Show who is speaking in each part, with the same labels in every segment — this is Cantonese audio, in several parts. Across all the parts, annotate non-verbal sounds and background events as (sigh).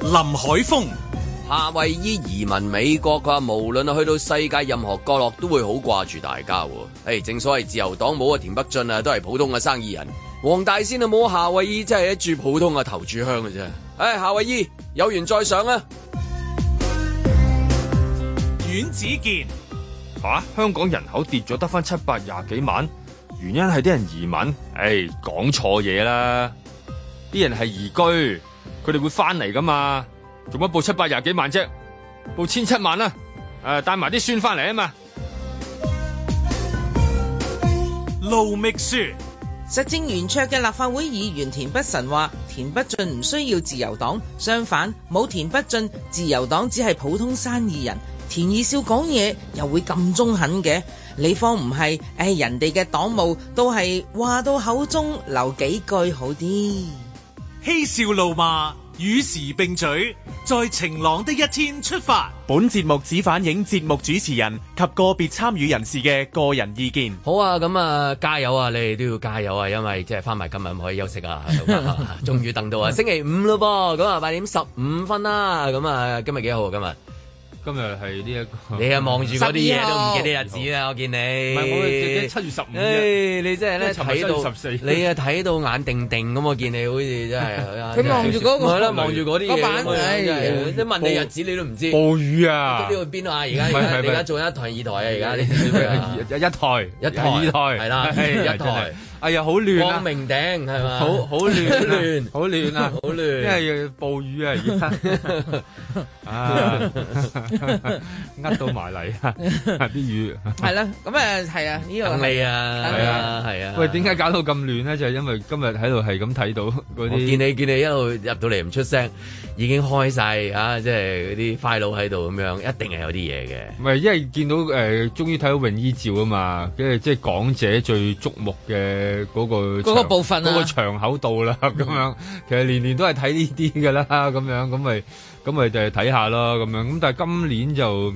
Speaker 1: 林海峰、
Speaker 2: 夏威夷移民美國，佢話無論去到世界任何角落都會好掛住大家喎。誒，正所謂自由黨冇啊田北俊啊，都係普通嘅生意人。黃大仙啊冇夏威夷，真係一注普通嘅頭炷香嘅啫。誒、夏威夷有緣再上啊！
Speaker 1: 阮子健、
Speaker 3: 吓、香港人口跌咗得翻七百廿幾萬，原因係啲人移民。誒、講錯嘢啦！啲人係移居，佢哋會翻嚟噶嘛？做乜報七百廿幾萬啫？報千七萬啦、誒、帶埋啲孫翻嚟啊嘛！
Speaker 1: 盧覓雪、
Speaker 4: 實政圓桌嘅立法會議員田北辰話：田北俊唔需要自由黨，相反冇田北俊，自由黨只係普通生意人。田二少講嘢又會咁中肯嘅，你方唔係？唉，人哋嘅黨務都係話到口中留幾句好啲。
Speaker 1: 嬉笑怒罵，與時並舉，在晴朗的一天出發。
Speaker 5: 本節目只反映節目主持人及個別參與人士嘅個人意見。
Speaker 2: 好啊，咁啊，加油啊！你哋都要加油啊，因為即係翻埋今日唔可以休息啊。咁啊終於等到 (laughs) 啊，星期五咯噃，咁啊八點十五分啦。咁啊，今日幾號？今日
Speaker 3: 今日係呢一個，
Speaker 2: (laughs) 你啊望住嗰啲嘢都唔記得日子啊啦，我見你。
Speaker 3: 唔係我係七月十五日，
Speaker 2: 唉，你真係咧
Speaker 3: 因為尋日
Speaker 2: 睇到
Speaker 3: 14
Speaker 2: 你啊睇到眼定定咁，我啊見你好似
Speaker 3: (laughs)
Speaker 2: 真係。
Speaker 4: 佢望住嗰個
Speaker 2: 係啦，望住嗰啲嘢
Speaker 4: 嗰
Speaker 2: 咁啊
Speaker 4: 版
Speaker 2: 樣。
Speaker 4: 唉
Speaker 2: 即問你日子你都唔知。呢
Speaker 3: 暴雨啊！
Speaker 2: 度邊度啊？而家而
Speaker 3: 唔係唔係
Speaker 2: 家
Speaker 3: 唔係
Speaker 2: 你而家做緊一台二台啊！而家
Speaker 3: (laughs) 一
Speaker 2: 呢
Speaker 3: 一台
Speaker 2: 一台
Speaker 3: 二台
Speaker 2: 係啦
Speaker 3: 唉
Speaker 2: 一
Speaker 3: 真
Speaker 2: 台
Speaker 3: (laughs) 係哎呀好亂
Speaker 2: 啲
Speaker 3: 啊
Speaker 2: 光！明頂係嘛？
Speaker 3: 好好亂啊
Speaker 2: 好亂
Speaker 3: 好亂啊！
Speaker 2: 好亂
Speaker 3: 因為要暴雨啊，而家啊，呃到埋嚟啊，啲雨。
Speaker 4: 係啦，咁誒係啊，呢
Speaker 2: 等
Speaker 4: 個
Speaker 2: 你啊，
Speaker 4: 等
Speaker 2: 係
Speaker 4: 你
Speaker 2: 啊
Speaker 3: 啊，
Speaker 2: 係啊。
Speaker 3: 喂，點解搞到咁亂咧？就係因為今日喺度係咁睇到嗰
Speaker 2: 我見
Speaker 3: 啲，
Speaker 2: 你見你一路入到嚟唔出聲，已經開晒啊！即係嗰啲 file 喺度咁樣，一定係有啲嘢嘅。
Speaker 3: 唔係因為見到誒，呃終於睇到泳衣照啊嘛，跟住即係港姐最矚目嘅嗰個
Speaker 4: 嗰個
Speaker 3: 場
Speaker 4: 部分啊
Speaker 3: 嗰個場口度啦，咁樣其實年年都係睇呢啲噶啦，咁樣咁咪咁咪就係睇下咯，咁樣咁但係今年就。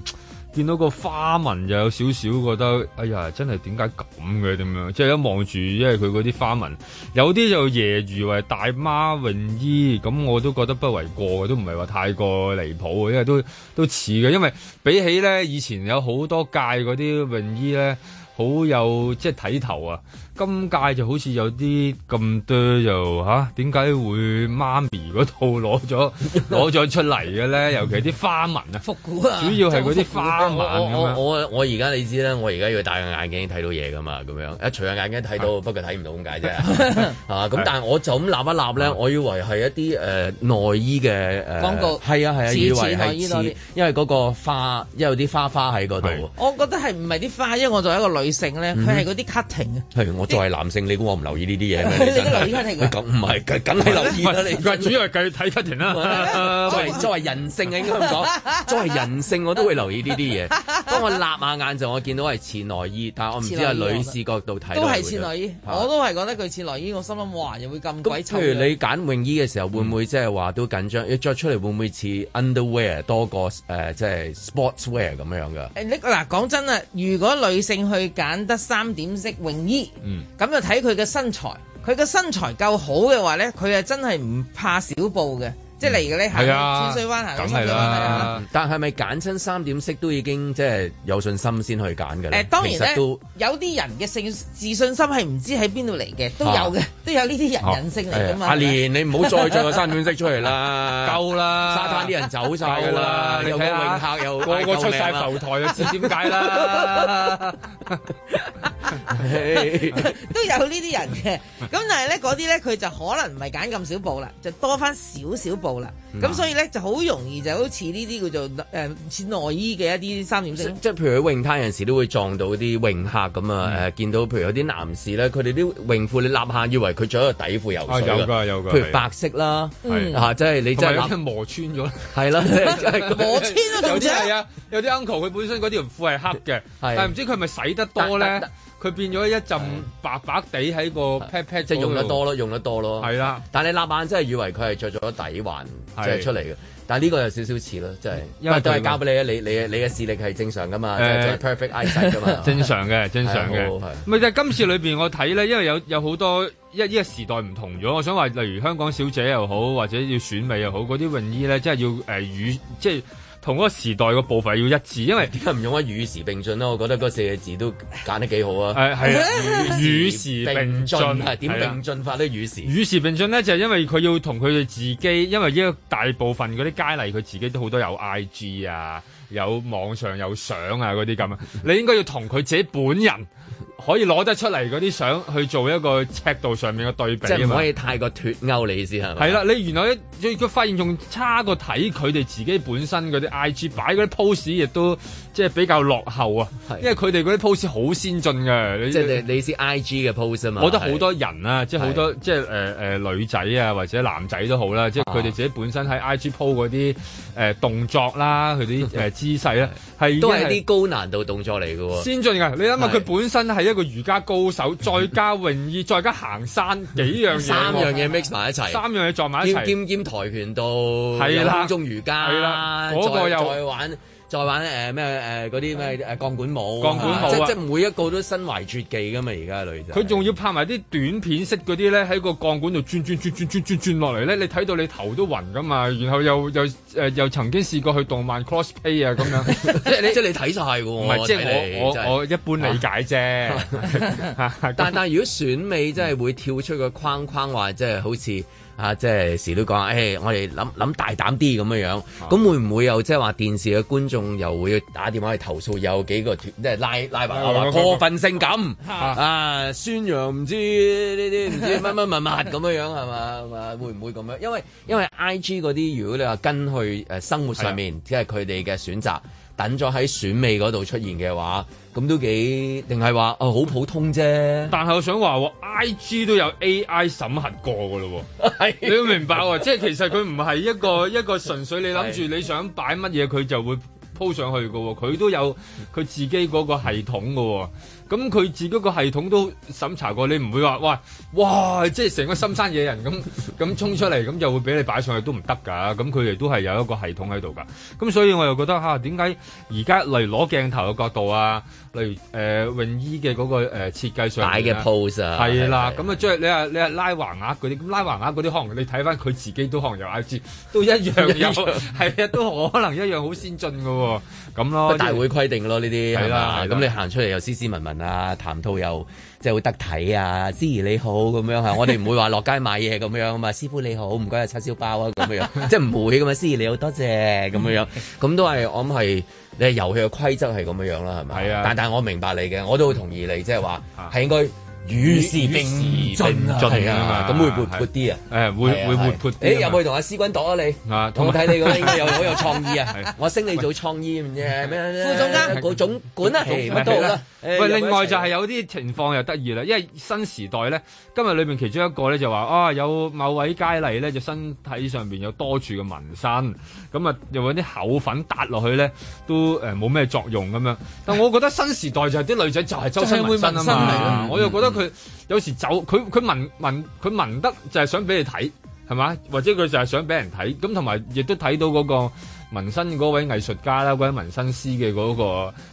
Speaker 3: 見到個花紋就有少少覺得，哎呀，真係點解咁嘅咁樣？即係一望住，因為佢嗰啲花紋，有啲就揶揄為大媽泳衣，咁我都覺得不為過嘅，都唔係話太過離譜，因為都都似嘅。因為比起咧，以前有好多屆嗰啲泳衣咧，好有即係睇頭啊。今屆就好似有啲咁多就吓，點解會媽咪嗰套攞咗攞咗出嚟嘅咧？尤其係啲花紋啊。
Speaker 4: 復古啊，
Speaker 3: 主要係嗰啲花紋
Speaker 2: 我我
Speaker 3: 咁樣。
Speaker 2: 我我而家你知啦，我而家要戴個眼鏡睇到嘢噶嘛，咁樣一除個眼鏡睇
Speaker 4: 啊
Speaker 2: 到，不過睇唔到咁解啫。 (laughs) 啊，咁但係我就咁立一立咧，我以為係一啲呃誒內衣嘅誒
Speaker 4: 啊廣告
Speaker 2: 係啊係啊，
Speaker 4: 似
Speaker 2: 以為
Speaker 4: 似內衣
Speaker 2: 係
Speaker 4: 多啲
Speaker 2: 似，因為嗰個花，因為有啲花花喺嗰
Speaker 3: 係
Speaker 2: 度。
Speaker 4: 我覺得係唔係啲花，因為我作為一個女性咧，佢係嗰啲 cutting 啊。
Speaker 2: 係我作為男性，你估我唔留意呢啲嘢
Speaker 4: (laughs)
Speaker 2: 咩？
Speaker 4: 你都留意 cutting
Speaker 2: 喂
Speaker 4: 啊
Speaker 2: 咁唔係，梗梗係留意啦你
Speaker 3: 唔。係主要係計睇
Speaker 2: (laughs)
Speaker 3: cutting
Speaker 4: 哦
Speaker 3: 啦。
Speaker 2: 作為作為人性啊，應該咁
Speaker 4: (laughs)
Speaker 2: 講。作為人性，我都會留意呢啲嘢。當我立下眼就，我見到係似內衣，但係我唔知係女士角度睇
Speaker 4: 都係似內衣，
Speaker 2: 係
Speaker 4: 我都係覺得佢似內衣。我心諗哇，又會咁鬼
Speaker 2: 咁
Speaker 4: 臭
Speaker 2: 譬
Speaker 4: 嘅。嗯
Speaker 2: 如你揀泳衣嘅時候，會唔會即係話都緊張？你着出嚟會唔會似 underwear 多過誒、呃即係 sportswear 咁樣噶？
Speaker 4: 誒，你嗱講真啊，如果女性去揀得三點式泳衣，
Speaker 3: 嗯
Speaker 4: 咁就睇佢嘅身材。佢嘅身材夠好嘅話咧，佢係真係唔怕小步嘅，即係嚟嘅你行
Speaker 3: 係啊
Speaker 4: 到淺水灣行到深
Speaker 3: 梗係
Speaker 4: 水灣
Speaker 3: 啦
Speaker 4: 啦。
Speaker 3: 啊
Speaker 2: 但係咪揀親三點式都已經即係有信心先去揀嘅咧？
Speaker 4: 誒當然
Speaker 2: 其實
Speaker 4: 咧，
Speaker 2: 都
Speaker 4: 有啲人嘅性自信心係唔知喺邊度嚟嘅，都有嘅，都有呢啲人人性嚟噶
Speaker 2: 誒
Speaker 4: 嘛。
Speaker 2: 阿
Speaker 4: 係咪啊
Speaker 2: 蓮，你唔好再着個三點式出嚟
Speaker 3: (laughs)
Speaker 2: 啦，
Speaker 3: 夠啦，
Speaker 2: 沙灘啲人走晒㗎
Speaker 3: 夠
Speaker 2: 啦
Speaker 3: 啦，，你
Speaker 2: 有個
Speaker 3: 睇
Speaker 2: 泳
Speaker 3: 下
Speaker 2: 客
Speaker 3: (laughs)
Speaker 2: 又
Speaker 3: 個個出晒
Speaker 2: 嗌救
Speaker 3: 浮
Speaker 2: 命啦
Speaker 3: 台啊，知點解啦？
Speaker 4: (laughs) 都有呢啲人嘅，咁但係咧嗰啲咧佢就可能唔係揀咁少步啦，就多翻少少步啦，咁、所以咧就好容易就好似呢啲叫做誒、呃似內衣嘅一啲三點式 (laughs)
Speaker 2: (laughs) 即。即係譬如喺泳灘有陣時都會撞到啲泳客咁啊，
Speaker 3: 嗯
Speaker 2: 誒見到譬如有啲男士咧，佢哋啲泳褲你立下以為佢着一個底褲游
Speaker 3: (laughs) 啊
Speaker 2: 水
Speaker 3: 有
Speaker 2: 㗎
Speaker 3: 㗎有㗎，
Speaker 2: 譬如白色啦，
Speaker 3: 係
Speaker 2: 啊即係你
Speaker 3: 同
Speaker 2: 真
Speaker 3: 埋有
Speaker 2: 係
Speaker 3: 啲
Speaker 2: 立
Speaker 3: 磨穿咗。
Speaker 2: (laughs) 係啦，即
Speaker 3: (laughs)
Speaker 2: 係即係
Speaker 4: 我穿啊，
Speaker 3: 有
Speaker 4: 仲
Speaker 3: 啲係
Speaker 4: 姐，
Speaker 3: 啊，有啲 uncle 佢本身嗰條褲係黑嘅，但係唔知佢係咪洗得多
Speaker 2: 但
Speaker 3: 咧
Speaker 2: 但，
Speaker 3: 佢變咗一陣白白地喺個 pat pat
Speaker 2: 即係用得多咯，用得多咯。
Speaker 3: 嗯係啦，
Speaker 2: 但你立眼真係以為佢係着咗底環即
Speaker 3: 係
Speaker 2: 係出嚟嘅，但係呢個有少少似咯，真係。因
Speaker 3: 因為
Speaker 2: 為都係
Speaker 3: 佢
Speaker 2: 交俾你啊，你你你嘅視力係正常噶嘛，即
Speaker 3: 誒 (laughs)
Speaker 2: 係
Speaker 3: 啊
Speaker 2: perfect eyesight 噶嘛。
Speaker 3: 正常嘅，正常嘅
Speaker 2: 係好好係。
Speaker 3: 咪就係今次裏邊我睇咧，因為有有好多一呢個時代唔同咗，我想話，例如香港小姐又好，或者要選美又好，嗰啲泳衣咧，真係要誒、呃、與即係同嗰個時代個步伐要一致，因為
Speaker 2: (laughs) 點解唔用啊與時並進啦？我覺得嗰四個字都揀得幾好啊！
Speaker 3: 誒係啊，
Speaker 2: (laughs)
Speaker 3: 與時並進
Speaker 2: 啊！點
Speaker 3: 係啊
Speaker 2: 並進法咧？與時
Speaker 3: 與時並進咧，就係、因為佢要同佢哋自己，因為呢個大部分嗰啲佳麗佢自己都好多有 IG 啊，有網上有相啊嗰啲咁啊，你應該要同佢自己本人可以攞得出嚟嗰啲相去做一個尺度上面嘅對比
Speaker 2: 即係
Speaker 3: 啊
Speaker 2: 唔
Speaker 3: 嘛
Speaker 2: 可。以太過脱歐，你意思係咪？啊
Speaker 3: 係啦，你原來佢佢發現仲差過睇佢哋自己本身嗰啲 IG 擺嗰啲 pose，亦都即係比較落後啊
Speaker 2: 係。
Speaker 3: 因為佢哋嗰啲 pose 好先進嘅，你
Speaker 2: 即係你你意思 I G 嘅 post 啊嘛？
Speaker 3: 我覺得好多人啊，即係好
Speaker 2: 係
Speaker 3: 多即係誒誒女仔啊，或者男仔都好啦，即係佢哋自己本身喺 IG 鋪嗰啲誒動作啦，佢啲誒姿勢咧，係
Speaker 2: 係
Speaker 3: 已
Speaker 2: 都
Speaker 3: 經
Speaker 2: 係啲高難度動作嚟嘅喎。
Speaker 3: 先進㗎。你諗下，
Speaker 2: 係
Speaker 3: 佢本身係一個瑜伽高手，再加泳衣，再加行山幾樣嘢喎，
Speaker 2: 三樣嘢 mix 埋一齊，
Speaker 3: 三樣嘢撞埋一
Speaker 2: 兼
Speaker 3: 齊。
Speaker 2: 兼兼跆拳道，
Speaker 3: 係啦
Speaker 2: 有空中瑜伽，
Speaker 3: 係啦嗰個
Speaker 2: 再
Speaker 3: 又嗯
Speaker 2: 再玩。再玩誒咩誒嗰啲咩誒鋼管舞，
Speaker 3: 鋼管舞啊
Speaker 2: 即即每一個都身懷絕技噶嘛，而家嘅女仔。
Speaker 3: 佢仲要拍埋啲短片式嗰啲咧，喺個鋼管度轉轉轉轉轉轉轉落嚟咧，你睇到你頭都暈噶嘛。然後又又誒、又曾經試過去動漫 crossplay 啊咁樣。
Speaker 2: (laughs) 即係你即係你睇晒嘅喎，
Speaker 3: 唔
Speaker 2: 唔
Speaker 3: 係，即係啊我我我一般理解 (laughs) 啫。
Speaker 2: 但但如果選美真係會跳出個框框，話即係好似啊，即係時都講話，誒、我哋諗諗大膽啲咁樣樣。咁會唔會又即係話電視嘅觀眾又會打電話去投訴有幾個團，即係拉拉埋
Speaker 3: 拉
Speaker 2: 話
Speaker 3: 埋
Speaker 2: 過分性感啊，宣揚唔知呢啲唔知乜乜乜乜咁樣樣係嘛？係嘛 (laughs) 會唔會咁樣？因為因為 I G 嗰啲，如果你話跟去誒生活上
Speaker 3: 啊
Speaker 2: 面，即係佢哋嘅選擇。等咗喺選美嗰度出現嘅話，咁都幾定係話哦好普通啫。
Speaker 3: 但係我想話喎，IG 都有 AI 審核過㗎咯喎，你
Speaker 2: 係
Speaker 3: 要明白喎，即係其實佢唔係一個一個純粹你諗住你想擺乜嘢佢就會鋪上去㗎喎，佢都有佢自己嗰個系統㗎喎。咁佢自己個系統都審查過，你唔會話哇哇，即係成個深山野人咁 (laughs) 咁衝出嚟，咁就會俾你擺上去都唔得㗎。咁佢哋都係有一個系統喺度㗎。咁所以我又覺得嚇點解而家例如攞鏡頭嘅角度啊，例如誒、呃泳衣嘅嗰、個誒、呃、設計上
Speaker 2: 大
Speaker 3: 面
Speaker 2: 嘅
Speaker 3: 啊
Speaker 2: pose 啊，
Speaker 3: 係啦，咁啊，即係你話你話拉橫額嗰啲，咁拉橫額嗰啲可能你睇翻佢自己都可能
Speaker 2: (laughs)
Speaker 3: 有 I G，都一樣有，係啊，都可能一樣好先進嘅喎，咁咯。
Speaker 2: 不大會規定咯呢啲係
Speaker 3: 哦係啦
Speaker 2: 啦，
Speaker 3: 係啦
Speaker 2: 咁你行出嚟又斯斯文文啊，談吐又即係好得體啊，司儀你好咁
Speaker 3: (laughs)
Speaker 2: 樣嚇，我哋唔會話落街買嘢咁樣啊嘛，師傅你好，唔該啊叉燒包啊咁
Speaker 3: (laughs)
Speaker 2: 樣，即係唔會噶嘛，司儀你好多謝咁樣，咁都係我諗係你係遊戲嘅規則係咁樣樣啦，係咪？
Speaker 3: 係啊
Speaker 2: 但但我明白你嘅，我都好同意你，即係話
Speaker 3: 啊
Speaker 2: 係應該與時並進啊，
Speaker 3: 與時並進啊
Speaker 2: 係啊，咁會活
Speaker 3: 係
Speaker 2: 潑啲啊。
Speaker 3: 誒呃會
Speaker 2: 係啊
Speaker 3: 會
Speaker 2: 係
Speaker 3: 活潑
Speaker 2: 誒
Speaker 3: 啲
Speaker 2: 有
Speaker 3: 啊
Speaker 2: 冇去同阿思君度啊你？
Speaker 3: 嘛啊？同
Speaker 2: 我
Speaker 3: 埋
Speaker 2: 睇你
Speaker 3: (laughs)
Speaker 2: 嗰啲有好有創意
Speaker 3: 係
Speaker 2: 啊！我升你做創意唔知係咩
Speaker 4: 副總監
Speaker 2: 個總管啊，係乜都好啦。誒
Speaker 3: 喂，另外就係有啲情況又得意啦，因為新時代咧，今日裏面其中一個咧就話啊，有某位佳麗咧就身體上面有多處嘅紋身，咁啊又揾啲厚粉笪落去咧，都誒冇咩作用咁樣。但我覺得新時代就係啲女仔就係周身紋身啊
Speaker 4: 就係會紋身嚟
Speaker 3: 嘛
Speaker 4: 啦，
Speaker 3: 我又覺得佢有時走佢佢紋紋佢紋得就係想俾你睇。係嘛？或者佢就係想俾人睇，咁同埋亦都睇到嗰個紋身嗰位藝術家啦，嗰位紋身師嘅嗰、個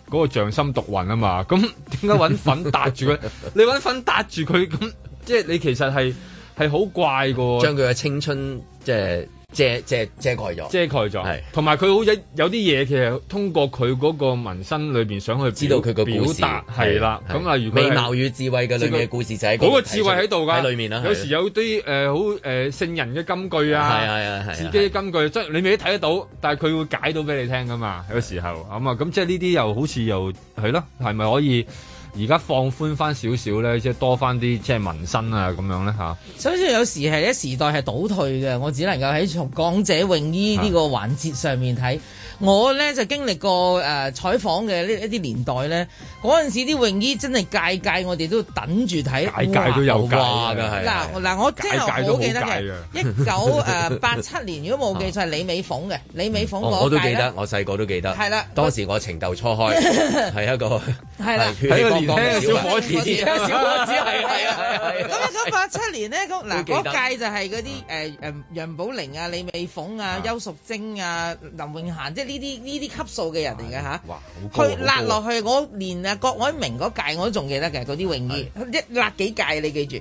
Speaker 3: 嗰、個匠心獨運啊嘛。咁點解揾粉搭住
Speaker 2: (laughs)
Speaker 3: 佢？你揾粉搭住佢，咁即係你其實係係好怪噶喎，
Speaker 2: 將佢嘅青春即係遮遮遮蓋咗，
Speaker 3: 遮蓋
Speaker 2: 係
Speaker 3: 咗。同埋佢好有有啲嘢，其實通過佢嗰個紋身裏邊想去
Speaker 2: 知道佢個
Speaker 3: 表
Speaker 2: 故事
Speaker 3: 達係啦。咁啊例如佢
Speaker 2: 美
Speaker 3: 係
Speaker 2: 貌與智慧嘅裏面嘅故事就喺
Speaker 3: 嗰個智慧喺度㗎，
Speaker 2: 喺裏面啦。
Speaker 3: 有時有啲誒好誒聖人嘅金句
Speaker 2: 係
Speaker 3: 啊，
Speaker 2: 啊係啊係啊，
Speaker 3: 自己根據，即係你未必睇得到，但係佢會解到俾你聽噶嘛。有時候咁啊，咁即係呢啲又好似又係咯，係咪可以而家放寬翻少少咧？即係多翻啲即係紋身啊咁樣咧吓，
Speaker 4: 所以有時係咧時代係倒退嘅，我只能夠喺從港姐泳衣呢個環節上面睇。我咧就經歷過誒、呃、採訪嘅呢一啲年代咧，嗰陣時啲泳衣真係屆屆我哋都等住睇，
Speaker 3: 解解都有解
Speaker 2: 哇㗎係
Speaker 4: 嗱嗱，我真係
Speaker 3: 哎解都
Speaker 4: 好
Speaker 3: 好
Speaker 4: 記得
Speaker 3: 解
Speaker 4: 嘅，一九誒八七年如果冇記錯係李美鳳嘅，李美鳳
Speaker 2: 哦我
Speaker 4: 嗰
Speaker 2: 都
Speaker 4: 屆
Speaker 2: 記
Speaker 4: 呢
Speaker 2: 得，我細個都記得。
Speaker 4: 係啦
Speaker 2: 當時我情竇初開，
Speaker 4: (laughs)
Speaker 2: 係一個
Speaker 4: 係啦。
Speaker 2: 血氣
Speaker 3: 睇
Speaker 2: 方剛嘅
Speaker 3: 個年輕嘅小伙
Speaker 4: 子
Speaker 2: (laughs) 小伙子係係啊係啊係啊
Speaker 4: 咁。一九八七年咧，咁嗱
Speaker 2: 都記得
Speaker 4: 嗰屆就係嗰啲誒誒楊寶玲啊、李美鳳啊、邱淑貞啊、林詠嫻，即係呢啲呢啲級數嘅人嚟嘅吓。
Speaker 3: 哇，好高啊
Speaker 4: 去辣落去，我呃連啊郭藹明嗰屆我都仲記得嘅嗰啲泳衣，一辣幾屆你記住。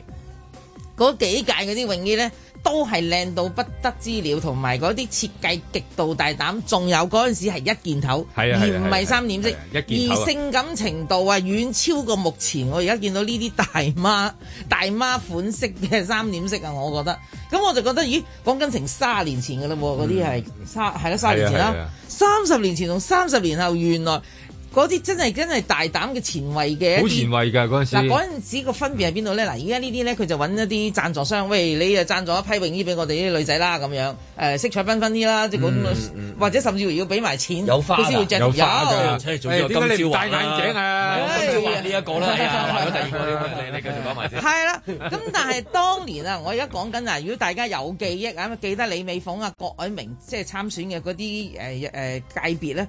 Speaker 4: 嗰幾屆嗰啲泳衣呢，都係靚到不得之了，同埋嗰啲設計極度大膽，仲有嗰陣時係一件頭，
Speaker 3: 係啊
Speaker 4: 而
Speaker 3: 係啊
Speaker 4: 唔
Speaker 3: 係啊
Speaker 4: 係三點式
Speaker 3: 係啊，一件頭啊
Speaker 4: 而性感程度啊遠超過目前我而家見到呢啲大媽 (laughs) 大媽款式嘅三點式啊，我覺得，咁我就覺得咦，講緊成卅年前嘅嘞喎，嗰啲係卅係啦，卅年前
Speaker 3: 嗯係啊係啊
Speaker 4: 啦。三十年前同三十年後，原來嗰啲真係真係大膽嘅前衞嘅一啲
Speaker 3: 好前衛㗎嗰陣時
Speaker 4: 嗱，嗰陣時個分別喺邊度咧？嗱，而家呢啲咧，佢就揾一啲贊助商，喂，你啊贊助一批泳衣俾我哋啲女仔啦，咁樣誒色彩繽紛啲啦，即係咁，或者甚至乎要俾埋錢，
Speaker 2: 有花㗎
Speaker 4: 佢先會着。
Speaker 3: 有花
Speaker 2: 㗎
Speaker 3: 㗎，
Speaker 2: 即係仲有
Speaker 3: 誒點解你唔
Speaker 2: 金招
Speaker 3: 戴
Speaker 2: 環
Speaker 3: 眼鏡
Speaker 2: 啦
Speaker 3: 啊？
Speaker 4: 係
Speaker 2: 今朝話呢一個啦，哎呀，話咗第二個，你你繼續講埋先。
Speaker 4: 係啦，咁但係當年啊，我而家講緊啊，如果大家有記憶啊，記得李美鳳啊、郭藹明即係參選嘅嗰啲誒誒界別咧，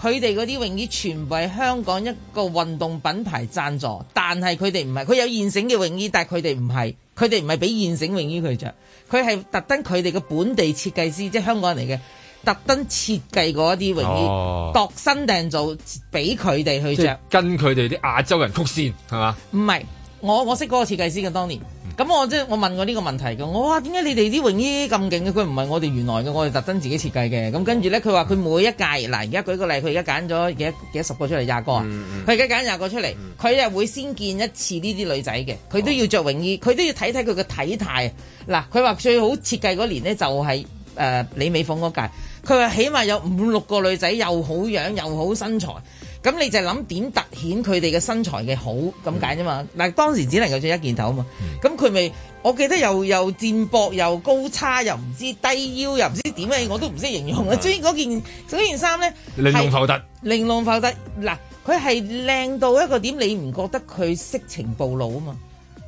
Speaker 4: 佢哋嗰啲泳衣全部係香港一個運動品牌贊助，但係佢哋唔係，佢有現成嘅泳衣，但係佢哋唔係，佢哋唔係俾現成泳衣佢着，佢係特登佢哋嘅本地設計師，即係香港人嚟嘅。特登設計嗰一啲泳衣，
Speaker 3: 哦
Speaker 4: 度身訂造俾佢哋去
Speaker 3: 即
Speaker 4: 着
Speaker 3: 係。跟佢哋啲亞洲人曲線係嘛？
Speaker 4: 唔係，我我識嗰個設計師嘅當年，咁我即係我問過呢個問題嘅，我話點解你哋啲泳衣咁勁嘅？佢唔係我哋原來嘅，我哋特登自己設計嘅。咁跟住咧，佢話佢每一屆嗱，而家舉個例，佢而家揀咗幾多幾多十個出嚟，廿個啊，佢而家揀廿個出嚟，佢係會先見一次呢啲女仔嘅，佢都要着泳衣，佢都要睇睇佢嘅體態。嗱，佢話最好設計嗰年呢，就係、誒、李美鳳嗰屆，佢話起碼有五六個女仔又好樣又好身材，咁你就諗點突顯佢哋嘅身材嘅好咁解啫嘛。嗱，當時只能夠着一件頭啊嘛，咁佢咪我記得又又戰膊又高叉又唔知低腰又唔知點嘅，我都唔識形容啊。所以嗰件嗰件衫咧，
Speaker 3: 玲瓏
Speaker 4: 係
Speaker 3: 浮突，
Speaker 4: 玲瓏浮突嗱，佢係靚到一個點，你唔覺得佢色情暴露啊嘛？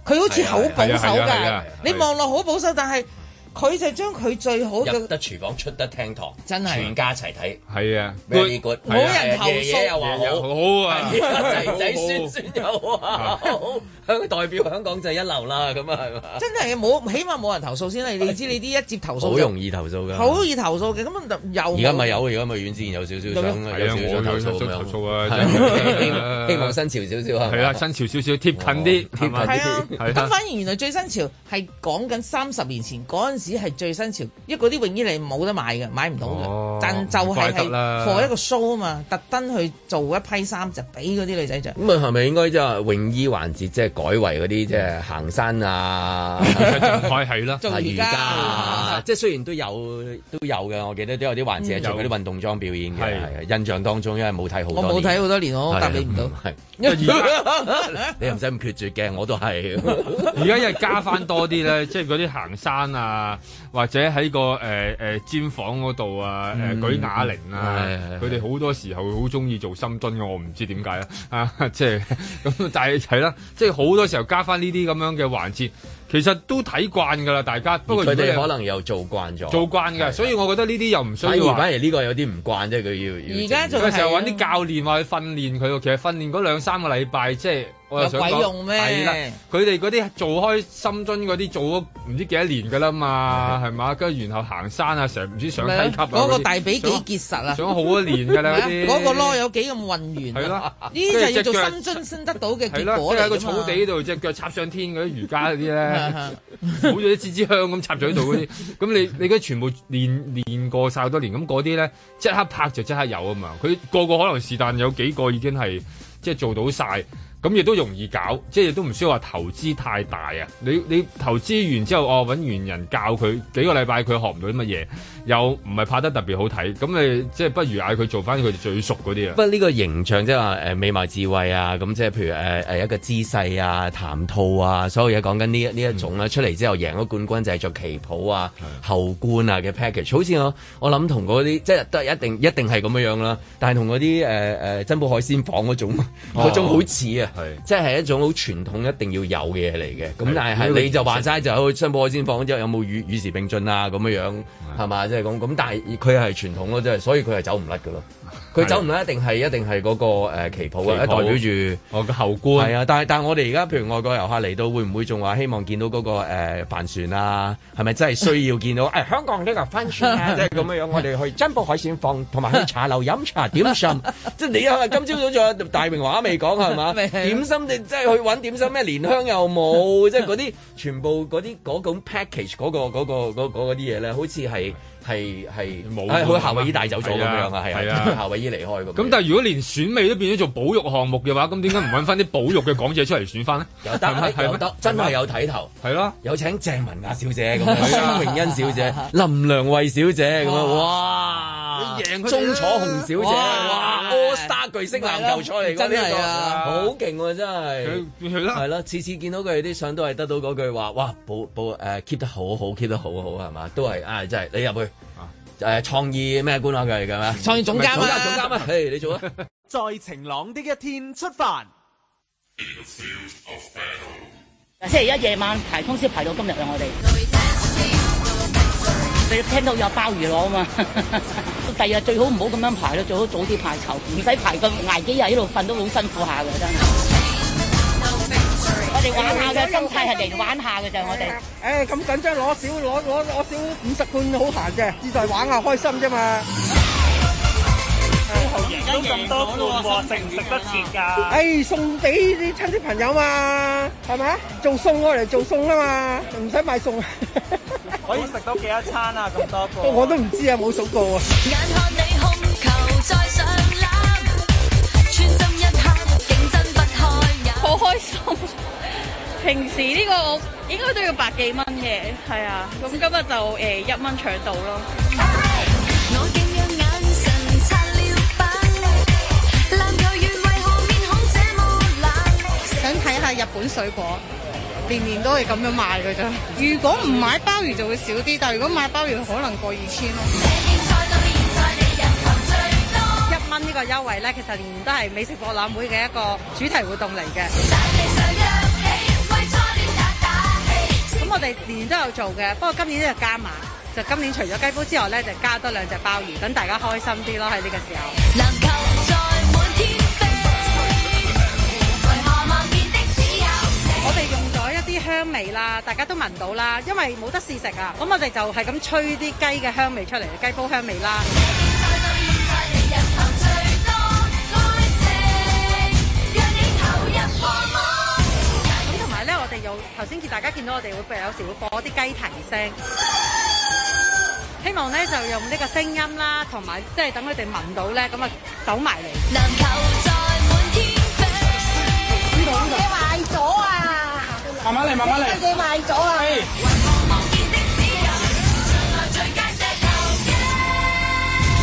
Speaker 4: 佢好似好保
Speaker 3: 係啊係
Speaker 4: 守
Speaker 3: 啊係啊係
Speaker 4: 㗎
Speaker 3: 啊，
Speaker 4: 你望落好保守，但係佢就將佢最好
Speaker 2: 入
Speaker 4: 嘅
Speaker 2: 得廚房，出得廳堂，
Speaker 4: 真係
Speaker 2: 全家一齊睇。
Speaker 3: 係啊，
Speaker 2: Very good，
Speaker 4: 冇人投訴
Speaker 2: 爺爺又話好。
Speaker 3: 好啊，
Speaker 2: 仔仔孫孫又啊，好香代表香港就一流啦，咁啊係嘛？
Speaker 4: 真係冇，起碼冇人投訴先啦。你知你啲一接投訴
Speaker 2: 好
Speaker 4: 就
Speaker 2: 容易投
Speaker 3: 啊
Speaker 2: 訴㗎。
Speaker 4: 好容易投訴嘅，咁啊又冇
Speaker 2: 而家咪有，而家咪遠之前有少少想，
Speaker 3: 係啊，
Speaker 2: 有
Speaker 3: 我
Speaker 2: 少
Speaker 3: 有
Speaker 2: 少想
Speaker 3: 想
Speaker 2: 投訴
Speaker 3: 投訴
Speaker 2: 咁樣。
Speaker 3: 啊，
Speaker 2: 希望希望新潮少少係咪
Speaker 3: 係啦，啊新潮少少貼近啲，
Speaker 2: 哦
Speaker 3: 係嘛
Speaker 2: 貼
Speaker 4: 係
Speaker 2: 近
Speaker 4: 啊，
Speaker 3: 係
Speaker 4: 咁
Speaker 3: 啦
Speaker 4: 反而原來最新潮係講緊三十年前嗰陣時係最新潮，因為嗰啲泳衣你冇得買嘅，買唔到嘅，
Speaker 3: 哦
Speaker 4: 但就
Speaker 3: 唔
Speaker 4: 係
Speaker 3: 怪
Speaker 4: 係
Speaker 3: 得啦
Speaker 4: for 一個 show 啊嘛，特登去做一批衫就俾嗰啲女仔着。
Speaker 2: 咁啊，係咪應該即係泳衣環節，即係改為嗰啲即係行山啊、
Speaker 3: 仲係係啦，
Speaker 4: 做
Speaker 2: 啊
Speaker 4: 瑜
Speaker 2: 瑜
Speaker 4: 伽
Speaker 2: 伽
Speaker 4: 啊
Speaker 2: 啊？即係雖然都有都有嘅，我記得都有啲環節係做嗰啲運動裝表演嘅，
Speaker 3: 係
Speaker 2: 係啊印象當中因為冇睇好
Speaker 4: 我
Speaker 2: 多年。
Speaker 4: 冇睇好多年，我
Speaker 2: 係啊
Speaker 4: 答你唔到。
Speaker 2: 係 (laughs) 你又唔使咁決絕嘅，我都係。
Speaker 3: 而家因為加翻多啲咧，即係嗰啲行山啊，或者喺個誒誒尖房嗰度啊，誒舉啞鈴啊
Speaker 2: 係係，
Speaker 3: 佢哋好多時候好中意做深蹲嘅，我唔知點解啊，啊， (laughs) 即係咁，但係係啦，即係好多時候加翻呢啲咁樣嘅環節，其實都睇慣㗎啦，大家不過
Speaker 2: 佢
Speaker 3: 如果你
Speaker 2: 哋可能又做慣咗，
Speaker 3: 做慣㗎，所以我覺得呢啲又唔需
Speaker 2: 反
Speaker 3: 要
Speaker 2: 而
Speaker 3: 話
Speaker 2: 反。而呢個有啲唔慣啫，佢要
Speaker 4: 而家做
Speaker 3: 有時候揾啲教練話去訓練佢喎，其實訓練嗰兩三個禮拜，即係我又想講
Speaker 4: 有鬼用咩
Speaker 3: 係啦，佢哋嗰啲做開深蹲嗰啲做咗唔知幾多年㗎啦嘛，係嘛？跟住然後行山啊，成日唔知上梯級啊，
Speaker 4: 嗰個
Speaker 3: 嗰啲
Speaker 4: 大髀幾結實啊！
Speaker 3: 上咗好多年㗎啦，
Speaker 4: 係
Speaker 3: 嗰
Speaker 4: (laughs) 啊
Speaker 3: 啲
Speaker 4: 嗰個啰有幾咁混圓
Speaker 3: 係
Speaker 4: 啊！
Speaker 3: 啦，
Speaker 4: 呢啲就係要
Speaker 3: 跟住隻
Speaker 4: 做
Speaker 3: 腳
Speaker 4: 深蹲先得到嘅
Speaker 3: 係
Speaker 4: 結
Speaker 3: 啦，即
Speaker 4: 果
Speaker 3: 係
Speaker 4: 嚟
Speaker 3: 喺
Speaker 4: 㗎
Speaker 3: 個
Speaker 4: 嘛
Speaker 3: 草地度隻腳插上天嗰啲瑜伽嗰
Speaker 4: (laughs) 係
Speaker 3: 啲咧，
Speaker 4: 係
Speaker 3: (laughs) 好似啲支支香咁插咗喺度嗰啲，咁你 (laughs) 你嗰啲全部練練過晒好多年，咁嗰啲咧即刻拍就即刻有啊嘛，佢個個可能是但有幾個已經係即係做到晒。咁亦都容易搞，即係亦都唔需要話投資太大啊！你你投資完之後，哦揾完人教佢幾個禮拜，佢學唔到啲乜嘢，又唔係拍得特別好睇，咁你即係不如嗌佢做翻佢哋最熟嗰啲啊
Speaker 2: 不！過呢個形象即係話誒美貌智慧啊，咁即係譬如誒誒、一個姿勢啊、談吐啊，所有嘢講緊呢呢一種
Speaker 3: 嗯
Speaker 2: 啦、出嚟之後贏咗冠軍就係着旗袍啊、後冠啊嘅 package，好似我我諗同嗰啲即係都係一定一定係咁樣樣啦，但係同嗰啲誒誒珍寶海鮮舫嗰種嗰種好似啊，
Speaker 3: 哦係
Speaker 2: 即係一種好傳統一定要有嘅嘢嚟嘅。咁
Speaker 3: 係
Speaker 2: 但係係你就話齋就喺珍寶海鮮舫之後有冇與與時並進啊咁樣樣係嘛？即係咁咁，但係佢係傳統咯，即係所以佢係走唔甩噶咯。佢走唔甩一定係一定係嗰個誒旗袍啊，
Speaker 3: 旗袍
Speaker 2: 代表住。
Speaker 3: 我嘅後
Speaker 2: 係
Speaker 3: 官
Speaker 2: 啊，但係但係我哋而家譬如外國遊客嚟到，會唔會仲話希望見到嗰、個誒、呃帆船啊？係咪真係需要見到？誒、哎香港呢個帆船啊，即係咁樣樣，我哋去珍寶海鮮坊同埋去茶樓飲茶點心，即係你啊！今朝早仲有大榮華未講係嘛？
Speaker 4: 未係
Speaker 2: 點心你即係去揾點心咩？蓮香又冇，即 (laughs) 係嗰啲全部嗰啲嗰種 package 嗰、個嗰、個嗰嗰嗰啲嘢咧，好似係係係
Speaker 3: 冇
Speaker 2: 係去夏威夷帶走咗咁
Speaker 3: 係啊
Speaker 2: 樣啊，係
Speaker 3: 係
Speaker 2: 啊
Speaker 3: 啊，
Speaker 2: 夏威夷離開咁樣。
Speaker 3: 咁但係如果連選美都變咗做保育項目嘅話，咁點解唔揾翻啲保育嘅港姐出嚟選翻呢？
Speaker 2: 又得又得，真係有睇頭。
Speaker 3: 係咯，
Speaker 2: 有請鄭文雅
Speaker 4: (laughs)
Speaker 2: 小姐咁樣，蕭榮欣小姐、林良慧小姐咁樣，哇！
Speaker 3: 你贏佢哋啦
Speaker 2: 鐘楚紅小姐，哇
Speaker 4: 哇啊
Speaker 2: ！All Star 巨星籃球賽嚟㗎，
Speaker 4: 真係
Speaker 2: 呢
Speaker 4: 啊
Speaker 2: 個好勁喎，真係
Speaker 3: 佢。佢啦
Speaker 2: 係。啦，次次見到佢哋啲相都係得到嗰句話，哇！保保誒 keep 得好好，keep 得好好係嘛？都係啊，真係你入去誒創意咩官啊佢嚟㗎咩？
Speaker 4: 創意總監
Speaker 2: 總監
Speaker 4: 啊
Speaker 2: 總！監啊，誒你做啊！
Speaker 5: 在晴朗的一天出發。
Speaker 6: (laughs) 星期一夜晚排通宵排到今日啊！我哋你聽到有鮑魚攞啊嘛，第二日最好唔好咁樣排咯，最好早啲排籌，唔使排咁捱幾日喺度瞓都好辛苦下嘅真係。我哋玩下嘅心態係嚟玩下嘅咋，我哋。
Speaker 7: 誒咁緊張攞少攞攞攞少五十罐好閒嘅，志在玩下開心啫嘛。
Speaker 6: 都咁多罐喎，食唔食得切㗎？
Speaker 7: 誒、送俾啲親戚朋友嘛，係咪啊？做餸我嚟做餸啊嘛，唔使買餸。可以食到幾多餐啊？咁多個 (laughs) 我都唔知啊，冇數過啊。
Speaker 8: 眼看你控球再上籃，穿針一刻認真不開眼。
Speaker 9: 好開心。平時呢個應該都要百幾蚊嘅，係啊，咁今日就誒一蚊搶到咯。
Speaker 8: 我敬仰眼神擦了板，籃球員為何面孔這麼冷？
Speaker 9: 想睇下日本水果，年年都係咁樣賣嘅啫。如果唔買鮑魚就會少啲，但係如果買鮑魚可能過二千咯。
Speaker 8: 這競賽到現在你入球最多。
Speaker 9: 一蚊呢個優惠咧，其實年年都係美食博覽會嘅一個主題活動嚟嘅。
Speaker 8: 大地上一起，為初戀打打氣。
Speaker 9: 咁我哋年年都有做嘅，不過今年咧就加碼，就今年除咗雞煲之外咧，就加多兩隻鮑魚，等大家開心啲咯喺呢個時候。
Speaker 8: 籃球在滿天飛，為何望見的只有你？
Speaker 9: 我哋用咗一啲香味啦，大家都聞到啦，因為冇得試食啊，咁我哋就係咁吹啲雞嘅香味出嚟，雞煲香味啦。
Speaker 8: 賽到現在你入球最多，愛情讓你投入狂魔。
Speaker 9: 咁同埋咧，我哋有頭先見大家見到我哋會有時會播啲雞啼聲，希望咧就用呢個聲音啦，同埋即係等佢哋聞到咧，咁啊走埋嚟。
Speaker 8: 籃球在滿天飛，你壞咗啊！慢慢嚟，慢慢嚟。你壞咗啊！為我望見的只有將來最佳石頭嘅。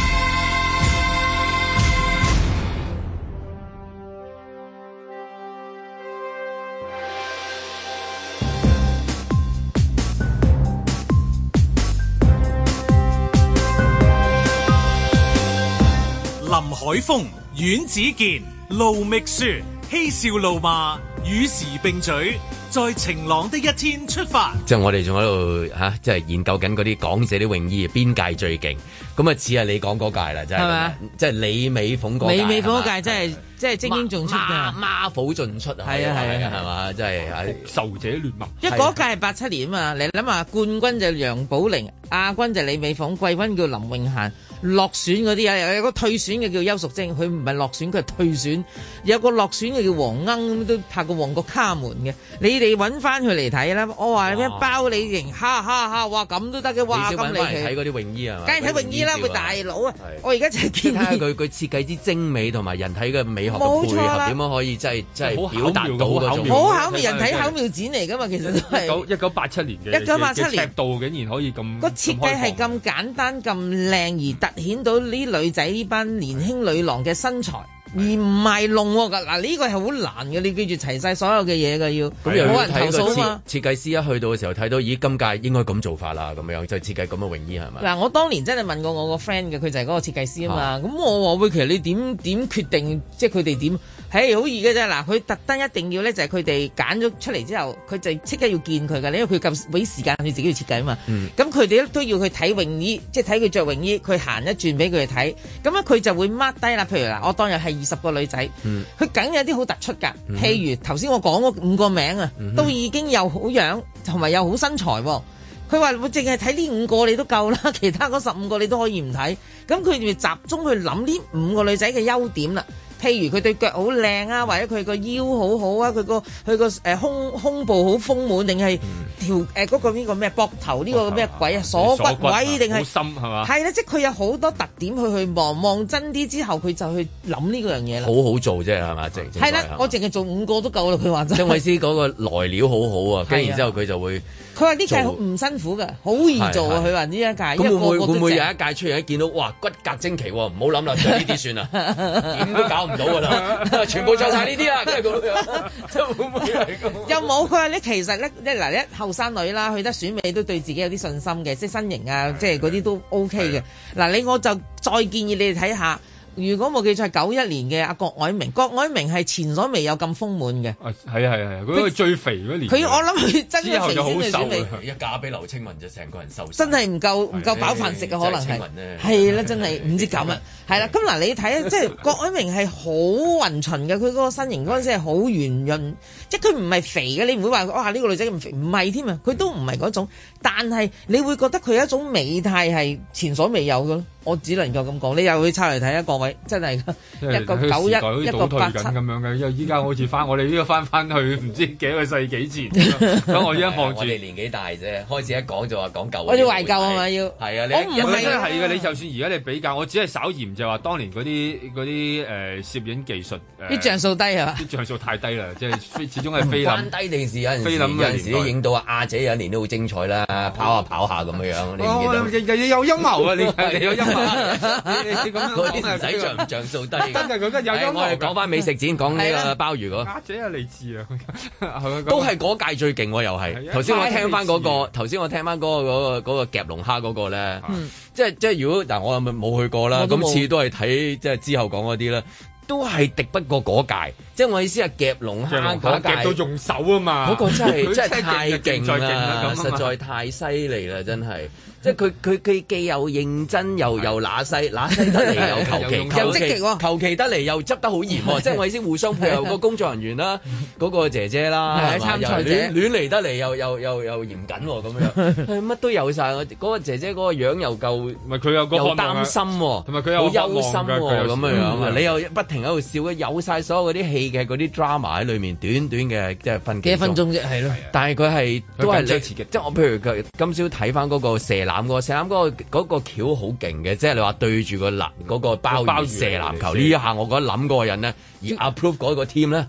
Speaker 1: 林海峰、阮子健、盧覓雪，嬉笑怒罵，與時並舉，在晴朗的一天出發。
Speaker 2: 即係我哋仲喺度吓，即係研究緊嗰啲港姐啲泳衣邊屆最勁，咁啊似係你講嗰屆啦，真係
Speaker 4: 係
Speaker 2: 咁
Speaker 4: 咪
Speaker 2: 樣
Speaker 4: 啊，
Speaker 2: 即係李美鳳嗰屆，
Speaker 4: 美美嗰
Speaker 2: 係嘛
Speaker 4: 屆真係真係精英盡出
Speaker 2: 孖
Speaker 4: 㗎，
Speaker 2: 孖寶盡出啊，
Speaker 4: 係啊
Speaker 2: 可以話
Speaker 4: 係啊
Speaker 2: 係嘛，真係係
Speaker 3: 受者聯盟
Speaker 4: 因為嗰屆係八七年啊嘛，你諗下冠軍就楊寶玲，亞軍就李美鳳，季軍叫林永嫻，落選嗰啲啊，有個退選嘅叫邱淑貞，佢唔係落選，佢係退選，有個落選嘅叫黃鶯，都拍過旺角卡門嘅，你哋揾翻佢嚟睇啦，我話咩包你型，哈哈哈，哇咁都得嘅，哇
Speaker 2: 哦你先
Speaker 4: 咁
Speaker 2: 揾翻
Speaker 4: 離
Speaker 2: 嚟睇
Speaker 4: 奇，
Speaker 2: 嗰啲泳衣啊，
Speaker 4: 梗係睇泳衣啦，佢大 (laughs) 佬啊
Speaker 2: 係，
Speaker 4: 我而家就係
Speaker 2: 即係
Speaker 4: 建
Speaker 2: 睇下
Speaker 4: 議。
Speaker 2: (laughs) 佢佢設計之精美同埋人體嘅美學嘅
Speaker 4: 冇
Speaker 2: 配
Speaker 4: 錯啦
Speaker 2: 合點樣可以真係真係
Speaker 3: 好巧
Speaker 2: 表達
Speaker 3: 妙
Speaker 2: 到
Speaker 3: 好
Speaker 2: 嗰
Speaker 3: 巧
Speaker 2: 種
Speaker 3: 妙
Speaker 4: 好巧妙，人體巧妙展嚟噶嘛，其實都
Speaker 2: (laughs)
Speaker 3: 一
Speaker 4: 係
Speaker 3: 九一九八七年嘅
Speaker 4: 1987年
Speaker 3: 尺度竟然可以
Speaker 2: 嗯
Speaker 3: 咁
Speaker 4: 個設計係咁簡單咁靚，而突顯到呢女仔呢班年輕女郎嘅身材而唔係弄喎嗱嗱呢個係好難嘅，你記住齊晒所有嘅嘢嘅要，
Speaker 2: 咁又要
Speaker 4: 冇人投
Speaker 2: 睇個
Speaker 4: 訴啊
Speaker 2: 設
Speaker 4: 嘛。
Speaker 2: 設計師一去到嘅時候睇到，咦，今屆應該咁做法啦，咁樣就設計咁嘅泳衣係咪？
Speaker 4: 嗱，我當年真係問過我個 friend 嘅，佢就係嗰個設計師啊嘛。咁我話喂，其實你點點決定，即係佢哋點？嘿，好易嘅啫。嗱，佢特登一定要咧，就係佢哋揀咗出嚟之後，佢就即刻要見佢㗎。因為佢咁俾時間佢自己去設計啊嘛。
Speaker 8: 嗯
Speaker 4: 咁佢哋都要去睇泳衣，即係睇佢着泳衣，佢行一轉俾佢哋睇。咁咧佢就會 mark 低啦。譬如嗱，我當日係二十個女仔。
Speaker 8: 嗯
Speaker 4: 佢梗有啲好突出㗎，
Speaker 8: 嗯
Speaker 4: 譬如頭先我講嗰五個名啊
Speaker 8: 嗯，哼
Speaker 4: 都已經又好樣，同埋又好身材喎。佢話：我淨係睇呢五個你都夠啦， (laughs) 其他嗰十五個你都可以唔睇。咁佢哋集中去諗呢五個女仔嘅優點啦。譬如佢對腳好靚啊，或者佢個腰好好啊，佢個佢個誒胸胸部好豐滿，定
Speaker 2: 嗯
Speaker 4: 係條誒嗰個呢個咩膊頭呢
Speaker 3: 哦
Speaker 4: 個咩鬼啊鎖骨位定係
Speaker 3: 好深係
Speaker 2: 啊
Speaker 3: 嘛？
Speaker 4: 係啦，即係佢有好多特點去去望望真啲之後，佢就去諗呢個樣嘢啦。
Speaker 2: 好好做啫係嘛？正正
Speaker 4: 係
Speaker 2: 所謂
Speaker 4: 啦，我淨係做五個都夠啦。佢話真
Speaker 2: (laughs) 張偉思
Speaker 4: 係，
Speaker 2: 嗰個來料好好啊，跟
Speaker 4: 係
Speaker 2: 住
Speaker 4: 啊
Speaker 2: 然之後佢就會。
Speaker 4: 佢話呢屆好唔辛苦㗎，好易做啊。
Speaker 2: 係係
Speaker 4: 佢話呢一屆，
Speaker 2: 咁會
Speaker 4: 因
Speaker 2: 唔會
Speaker 4: 為個
Speaker 2: 會
Speaker 4: 個
Speaker 2: 唔
Speaker 4: 都
Speaker 2: 會有
Speaker 4: 正
Speaker 2: 一。屆出現一見到哇骨骼精奇喎？唔好諗啦，就呢啲算啦，
Speaker 4: (laughs)
Speaker 2: 點都搞唔到㗎啦，全部做晒呢啲啦，跟住咁樣，即係會唔會係咁？
Speaker 4: 又冇佢話你其實咧，一嗱一後生女啦，去得選美都對自己有啲信心嘅，即係身形啊，即係嗰啲都 OK 嘅。嗱，你我就再建議你哋睇下，如果冇記錯，九一年嘅阿郭蔼明，郭蔼明係前所未有咁豐滿嘅。
Speaker 3: 係啊係啊係啊，佢最肥嗰年。啊
Speaker 4: 佢我諗佢真係
Speaker 3: 之後就好
Speaker 4: 肥先
Speaker 3: 瘦
Speaker 4: 係選美
Speaker 3: 啊
Speaker 2: 一嫁俾劉青雲就成個人瘦晒
Speaker 4: 真係唔夠唔夠飽飯食嘅，
Speaker 2: 真係啊
Speaker 4: 可能
Speaker 2: 清
Speaker 4: 係
Speaker 2: 文咧
Speaker 4: 係啦，真
Speaker 2: (laughs)
Speaker 4: 係唔知搞乜係啦。咁嗱，你睇啊，即係郭蔼明係好勻循嘅，佢嗰個身形嗰陣時係好圓潤，即係佢唔係肥嘅，你唔會話哇呢個女仔咁肥，唔係添啊，佢都唔係嗰種，但係你會覺得佢有一種美態係前所未有嘅咯。我只能夠咁講，你又去抄嚟睇啊，各位真係㗎
Speaker 3: 即係
Speaker 4: 一個九
Speaker 3: 佢時代好
Speaker 4: 一
Speaker 3: 似
Speaker 4: 一個
Speaker 3: 倒退
Speaker 4: 八七
Speaker 3: 緊。咁樣嘅，因為依家好似翻我哋呢個翻翻去唔知幾個世紀前
Speaker 4: (laughs)
Speaker 3: 咁樣咁我依家望住
Speaker 2: 我。哋年紀大啫，開始一講就話講舊嗰啲
Speaker 4: 我哋懷舊啊嘛要
Speaker 2: 係啊，你
Speaker 4: 我唔
Speaker 2: 一
Speaker 3: 我覺得真係
Speaker 2: 係
Speaker 3: 嘅，你就算而家你比較，我只係稍嫌就話當年嗰啲嗰啲呃誒攝影技術誒
Speaker 4: 啲像素低係嘛？
Speaker 3: 啲像素太低啦，即係非始
Speaker 4: (laughs)
Speaker 3: 終係菲林
Speaker 2: 關低定時有陣時
Speaker 3: 菲
Speaker 2: 有
Speaker 3: 林嘅
Speaker 2: 陣時
Speaker 3: 年代
Speaker 2: 影到阿姐有一年都好精彩啦，跑下跑下咁樣樣，你唔記得
Speaker 3: 哦，？有有陰謀啊！你你有陰謀，你你咁
Speaker 2: (laughs)
Speaker 3: 樣
Speaker 2: 嗰啲唔使像唔像素低㗎， (laughs) 真係佢真有哎陰謀。我哋講翻美食展，講呢個鮑魚嗰個。
Speaker 3: 阿姐啊，理智啊，係咪咁
Speaker 2: 都係嗰屆最勁喎，又係。啊頭先我聽翻嗰個，頭先我聽翻嗰個嗰個嗰個夾龍蝦嗰個咧，即係即係如果嗱，嗯我又咪冇去過啦，
Speaker 5: 我都冇
Speaker 2: 咁次都係睇即係之後講嗰啲啦，都係敵不過嗰屆。即係我意思係夾龍蝦嗰屆
Speaker 3: 夾到用手啊嘛！
Speaker 2: 嗰個真係
Speaker 3: 佢
Speaker 2: 真係太
Speaker 3: 就勁
Speaker 2: 勁
Speaker 3: 再勁
Speaker 2: 啦，
Speaker 3: 咁啊嘛
Speaker 2: 實在太犀利啦，真係。即係佢佢佢既又認真又又乸西乸
Speaker 3: (laughs)
Speaker 2: 西得嚟又求其，
Speaker 4: 又積極喎
Speaker 2: 求其得嚟又執得好嚴
Speaker 3: (laughs)
Speaker 2: 喎，即係我意思互相配合個工作人員啦，嗰個姐姐啦，
Speaker 4: 係
Speaker 2: 係嘛
Speaker 4: 參賽
Speaker 2: 又
Speaker 4: 者
Speaker 2: 亂亂嚟得嚟又又又又嚴謹喎咁樣，
Speaker 3: (laughs)
Speaker 2: 係乜都有晒。嗰個姐姐嗰個樣又夠，
Speaker 3: 唔係佢有個
Speaker 2: 又
Speaker 3: 渴望啊
Speaker 2: 擔心喎，
Speaker 3: 同埋佢有
Speaker 2: 好憂
Speaker 3: 渴
Speaker 2: 心
Speaker 3: 望㗎佢
Speaker 2: 喎
Speaker 3: 有
Speaker 2: 咁樣樣啊
Speaker 3: 嗯
Speaker 2: 你又不停喺度笑嘅，有晒所有嗰啲戲嘅嗰啲 drama 喺裏面，短短嘅即係分
Speaker 4: 幾分鐘啫，係咯。
Speaker 2: 但係佢係都係
Speaker 4: 緊張
Speaker 2: 你，即係我譬如佢今朝睇翻嗰個射籃嗰個射籃嗰個嗰個橋好勁嘅，即係你話對住個籃嗰個鮑
Speaker 4: 鮑
Speaker 2: 魚
Speaker 4: 魚
Speaker 2: 射籃球呢一下，我覺得諗嗰個人咧，而 approve 嗰個 team 咧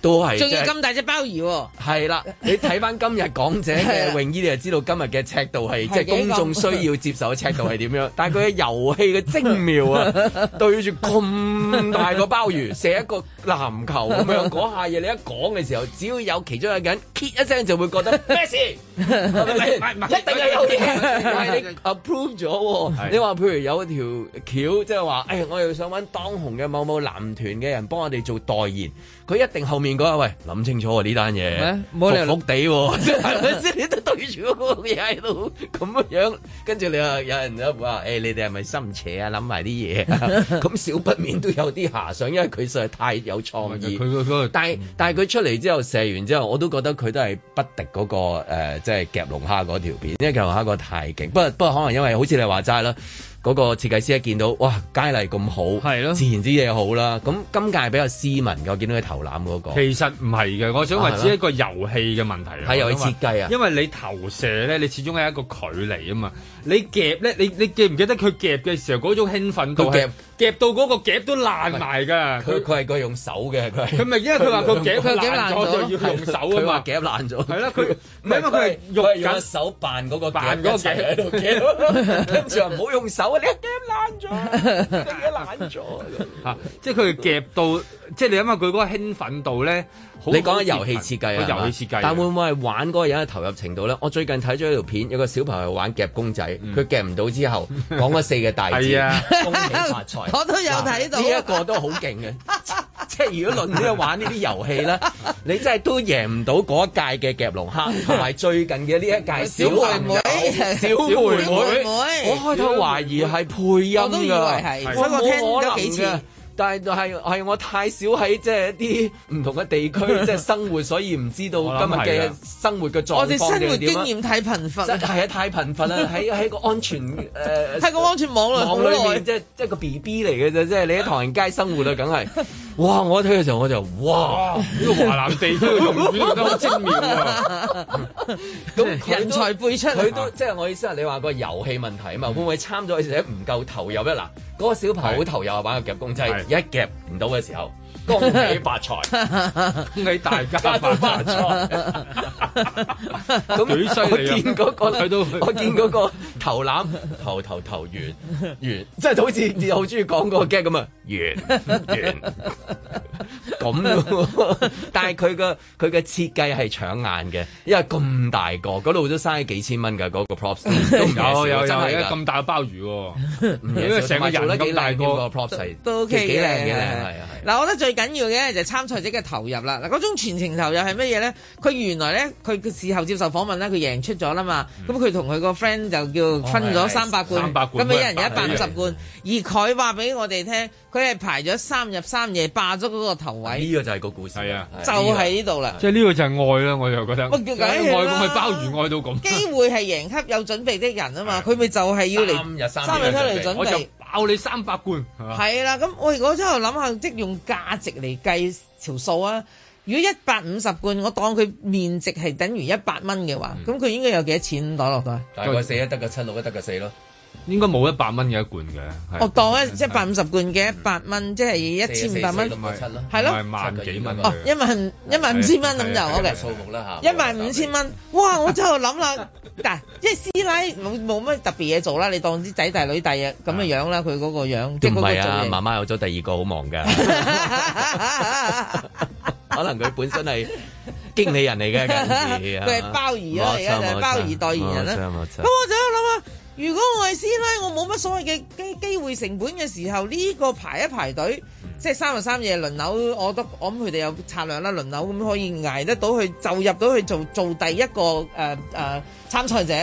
Speaker 2: 都係
Speaker 4: 仲要
Speaker 2: 即係
Speaker 4: 咁大隻鮑魚喎！
Speaker 2: 係啦，你睇翻今日港 (laughs) 姐嘅泳衣，你就知道今日嘅尺度
Speaker 4: 係
Speaker 2: 係即係
Speaker 4: 幾咁
Speaker 2: 公眾需要接受嘅尺度係點 (laughs) 樣。但係佢嘅遊戲嘅精妙啊， (laughs) 對住咁大個鮑魚射一個籃球咁 (laughs) 樣嗰下嘢，你一講嘅時候，只要有其中一個人 (laughs) k 一聲，就會覺得咩事？係咪先？一定係有嘢，
Speaker 4: (laughs)
Speaker 2: 但係你 approve 咗喎。你話譬如有條橋，即係話，誒，我又想揾當紅嘅某某男團嘅人幫我哋做代言，佢一定後面嗰個喂諗清楚喎呢單嘢
Speaker 4: 咩，冇理由
Speaker 2: 服服地喎，即係咪先？你都對住嗰個嘢喺度咁樣，跟住你話有人就話，誒，你哋係咪心邪啊？諗埋啲嘢啊，咁少不免都有啲遐想，因為佢實在太有創意。但
Speaker 3: 嗯
Speaker 2: 係但係佢出嚟之後射完之後，我都覺得佢都係不敵嗰、個、呃、即係夾龍蝦嗰條片，因為夾龍蝦個太勁。不過不過可能因為好似你話齋啦，嗰、個設計師一見到哇佳麗咁好，係咯，自然之嘢好啦。咁今屆比較斯文嘅，我見到佢頭攬嗰、個。
Speaker 3: 其實唔係嘅，我想話只係一個遊戲嘅問題啊。
Speaker 2: 係遊戲
Speaker 3: 我想話
Speaker 2: 設計啊
Speaker 3: 因為你投射咧，你始終係一個距離啊嘛。你夾咧，你你記唔記得佢夾嘅時候嗰種興奮度
Speaker 2: 佢
Speaker 3: 係夾到嗰個夾都爛埋㗎。
Speaker 2: 佢佢係佢用手嘅，佢係
Speaker 3: (laughs) 佢咪因為佢話個夾
Speaker 2: 佢
Speaker 3: 爛咗就要用手啊嘛
Speaker 2: 佢話夾爛咗，係
Speaker 3: 啦，佢
Speaker 2: 唔
Speaker 3: 因
Speaker 2: 係
Speaker 3: 為佢係用緊
Speaker 2: 用一手扮嗰個
Speaker 3: 扮嗰個
Speaker 2: 夾一齊喺度夾，跟住話唔好用手啊，你一夾爛咗，你一夾爛咗。
Speaker 3: 嚇、即係佢夾到，即係你諗下佢嗰個興奮度咧，好
Speaker 2: 你講緊遊戲設計啊，
Speaker 3: 好遊戲設計啊，
Speaker 2: 但會唔會係玩嗰個人嘅投入程度咧？我最近睇咗一條片，有個小朋友玩夾公仔，佢夾唔到之後講嗰四個大字
Speaker 3: 嗯係啊，
Speaker 2: (laughs) 恭喜發財。
Speaker 4: 我 (laughs) 都有睇到
Speaker 2: 呢一個都好勁嘅， (laughs) 即係如果論呢玩呢啲遊戲
Speaker 4: (laughs)
Speaker 2: 咧，你真係都贏唔到嗰一屆嘅夾龍蝦，同埋最近嘅呢一屆小朋友
Speaker 4: (laughs)
Speaker 2: 小妹妹，我開頭懷疑係配音㗎，
Speaker 4: 我都以為係所以我聽咗幾次
Speaker 2: 冇可能㗎。但係係係我太少喺即係一啲唔同嘅地
Speaker 4: (laughs)
Speaker 2: 區即係生活，所以唔知道
Speaker 3: 我諗
Speaker 2: 今
Speaker 3: 係
Speaker 2: 日嘅
Speaker 3: 啊
Speaker 2: 生活嘅狀況
Speaker 4: 我哋生活
Speaker 2: 定點
Speaker 4: 經
Speaker 2: 啊
Speaker 4: 驗太貧乏啦，
Speaker 2: 真係啊太貧乏啦！喺喺個安全
Speaker 4: (laughs)
Speaker 2: 誒。呃
Speaker 4: 喺個安全網內好
Speaker 2: 網裏
Speaker 4: 耐
Speaker 2: 面。即係即係個 B B 嚟嘅啫，即係你喺唐人街生活啦，梗係。
Speaker 3: (laughs)
Speaker 2: 哇！我睇嘅時候我就哇，
Speaker 3: 呢個華南地區嘅用語用得好精妙啊！
Speaker 2: 咁佢都
Speaker 4: 人才輩出
Speaker 2: 佢都即係我意思係你話個遊戲問題啊嘛，會唔會參咗嘅時候唔夠投入咧？啊嗱，嗰個小朋友好投入啊玩個夾公仔，
Speaker 3: 係
Speaker 2: 一夾唔到嘅時候，恭喜
Speaker 3: (laughs)
Speaker 2: 發財，
Speaker 3: 恭喜大家
Speaker 2: 家
Speaker 3: 發
Speaker 2: 都發
Speaker 3: 財
Speaker 2: 財。咁
Speaker 3: (laughs) 幾犀利啊
Speaker 2: 我見嗰個
Speaker 3: 我睇到佢
Speaker 2: 我見嗰個頭攬頭頭頭完完，即係好似好中意講嗰個 gag 咁啊，完完
Speaker 4: (laughs)
Speaker 2: 咁咯。但係佢嘅佢嘅設計係搶眼嘅，因為咁大個，嗰度都嘥幾千蚊㗎，嗰個
Speaker 4: (laughs)
Speaker 2: props 都唔
Speaker 3: 有有有，
Speaker 2: 真
Speaker 3: 而
Speaker 2: 係
Speaker 3: 家
Speaker 2: 㗎
Speaker 3: 咁大個鮑魚喎，
Speaker 2: 唔
Speaker 3: 因為
Speaker 2: 嘢少
Speaker 3: 成個人
Speaker 2: 同埋做得
Speaker 3: 咁
Speaker 2: 幾
Speaker 3: 大
Speaker 2: 靚
Speaker 3: 個
Speaker 2: 添個 props 係
Speaker 4: 都 OK 嘅，
Speaker 2: 幾靚嘅係啊係。
Speaker 4: 嗱，我覺得最緊要嘅就係參賽者嘅投入啦。嗱，嗰種全程投入係乜嘢咧？佢原來咧，佢佢事後接受訪問啦，佢贏出咗啦嘛。咁佢同佢個 friend 就叫分咗
Speaker 2: 嗯哦係
Speaker 4: 三百罐，咁
Speaker 3: 300罐
Speaker 4: 啊一人一
Speaker 3: 一人
Speaker 4: 百五十罐。而佢話俾我哋聽，佢係排咗三日三夜霸咗嗰個頭位，
Speaker 2: 呢個就係個故事，
Speaker 3: 係啊
Speaker 4: 就喺呢度啦。
Speaker 3: 即係呢個就係愛啦，我就覺得。
Speaker 4: 我叫梗係啦
Speaker 3: 愛愛鮑魚愛到咁，
Speaker 4: 機會係贏給有準備的人啊嘛，佢咪就係要嚟
Speaker 2: 三日三
Speaker 4: 三日
Speaker 2: 夜
Speaker 4: 出嚟
Speaker 2: 準備
Speaker 4: 準
Speaker 3: 我就
Speaker 4: 備。
Speaker 3: 爆你三百罐，係
Speaker 2: 啊
Speaker 3: 嘛
Speaker 4: 係啦，咁我如果真係諗下，即係用價值嚟計條數啊。如果一百五十罐，我當佢面值係等於一百蚊嘅
Speaker 2: 嗯
Speaker 4: 話，咁佢應該有幾多錢袋落去？啊
Speaker 2: 大概四一得個七，六一得個四咯。
Speaker 3: 應該冇一百蚊嘅一罐嘅，係
Speaker 4: 我當一一百五十罐嘅一百蚊，即係一千五百蚊
Speaker 2: 啊嗯四，啊四四六個七咯
Speaker 4: 係咯
Speaker 3: 唔係萬幾蚊
Speaker 4: 哦，一萬一萬五千蚊咁
Speaker 3: 係
Speaker 4: 就
Speaker 3: 啊
Speaker 4: OK。
Speaker 2: 數目啦
Speaker 4: 哦一
Speaker 2: 嚇，
Speaker 4: 萬五千
Speaker 2: 啊
Speaker 4: 蚊，哇！我就諗啦，嗱，即係師奶冇冇乜特別嘢做啦，你當啲仔大女大啊咁嘅樣啦，佢嗰個樣，即係
Speaker 2: 唔
Speaker 4: 嗰個
Speaker 2: 係
Speaker 4: 造
Speaker 2: 啊，
Speaker 4: 型 (laughs)
Speaker 2: 媽媽有咗第二個好忙㗎， (laughs) 可能佢本身係經理人嚟
Speaker 4: (laughs)
Speaker 2: 嘅，近時
Speaker 4: 佢係鮑魚啊，而家就係鮑魚代言人啦。
Speaker 2: 冇
Speaker 4: 咁
Speaker 2: 錯冇錯
Speaker 4: 我就喺度諗啊，如果我係師奶，我冇乜所謂嘅機機會成本嘅時候，呢、個排一排隊，即係三日三夜輪流，我都我諗佢哋有策略啦，輪流咁可以捱得到去，就入到去做做第一個誒誒、呃參賽者，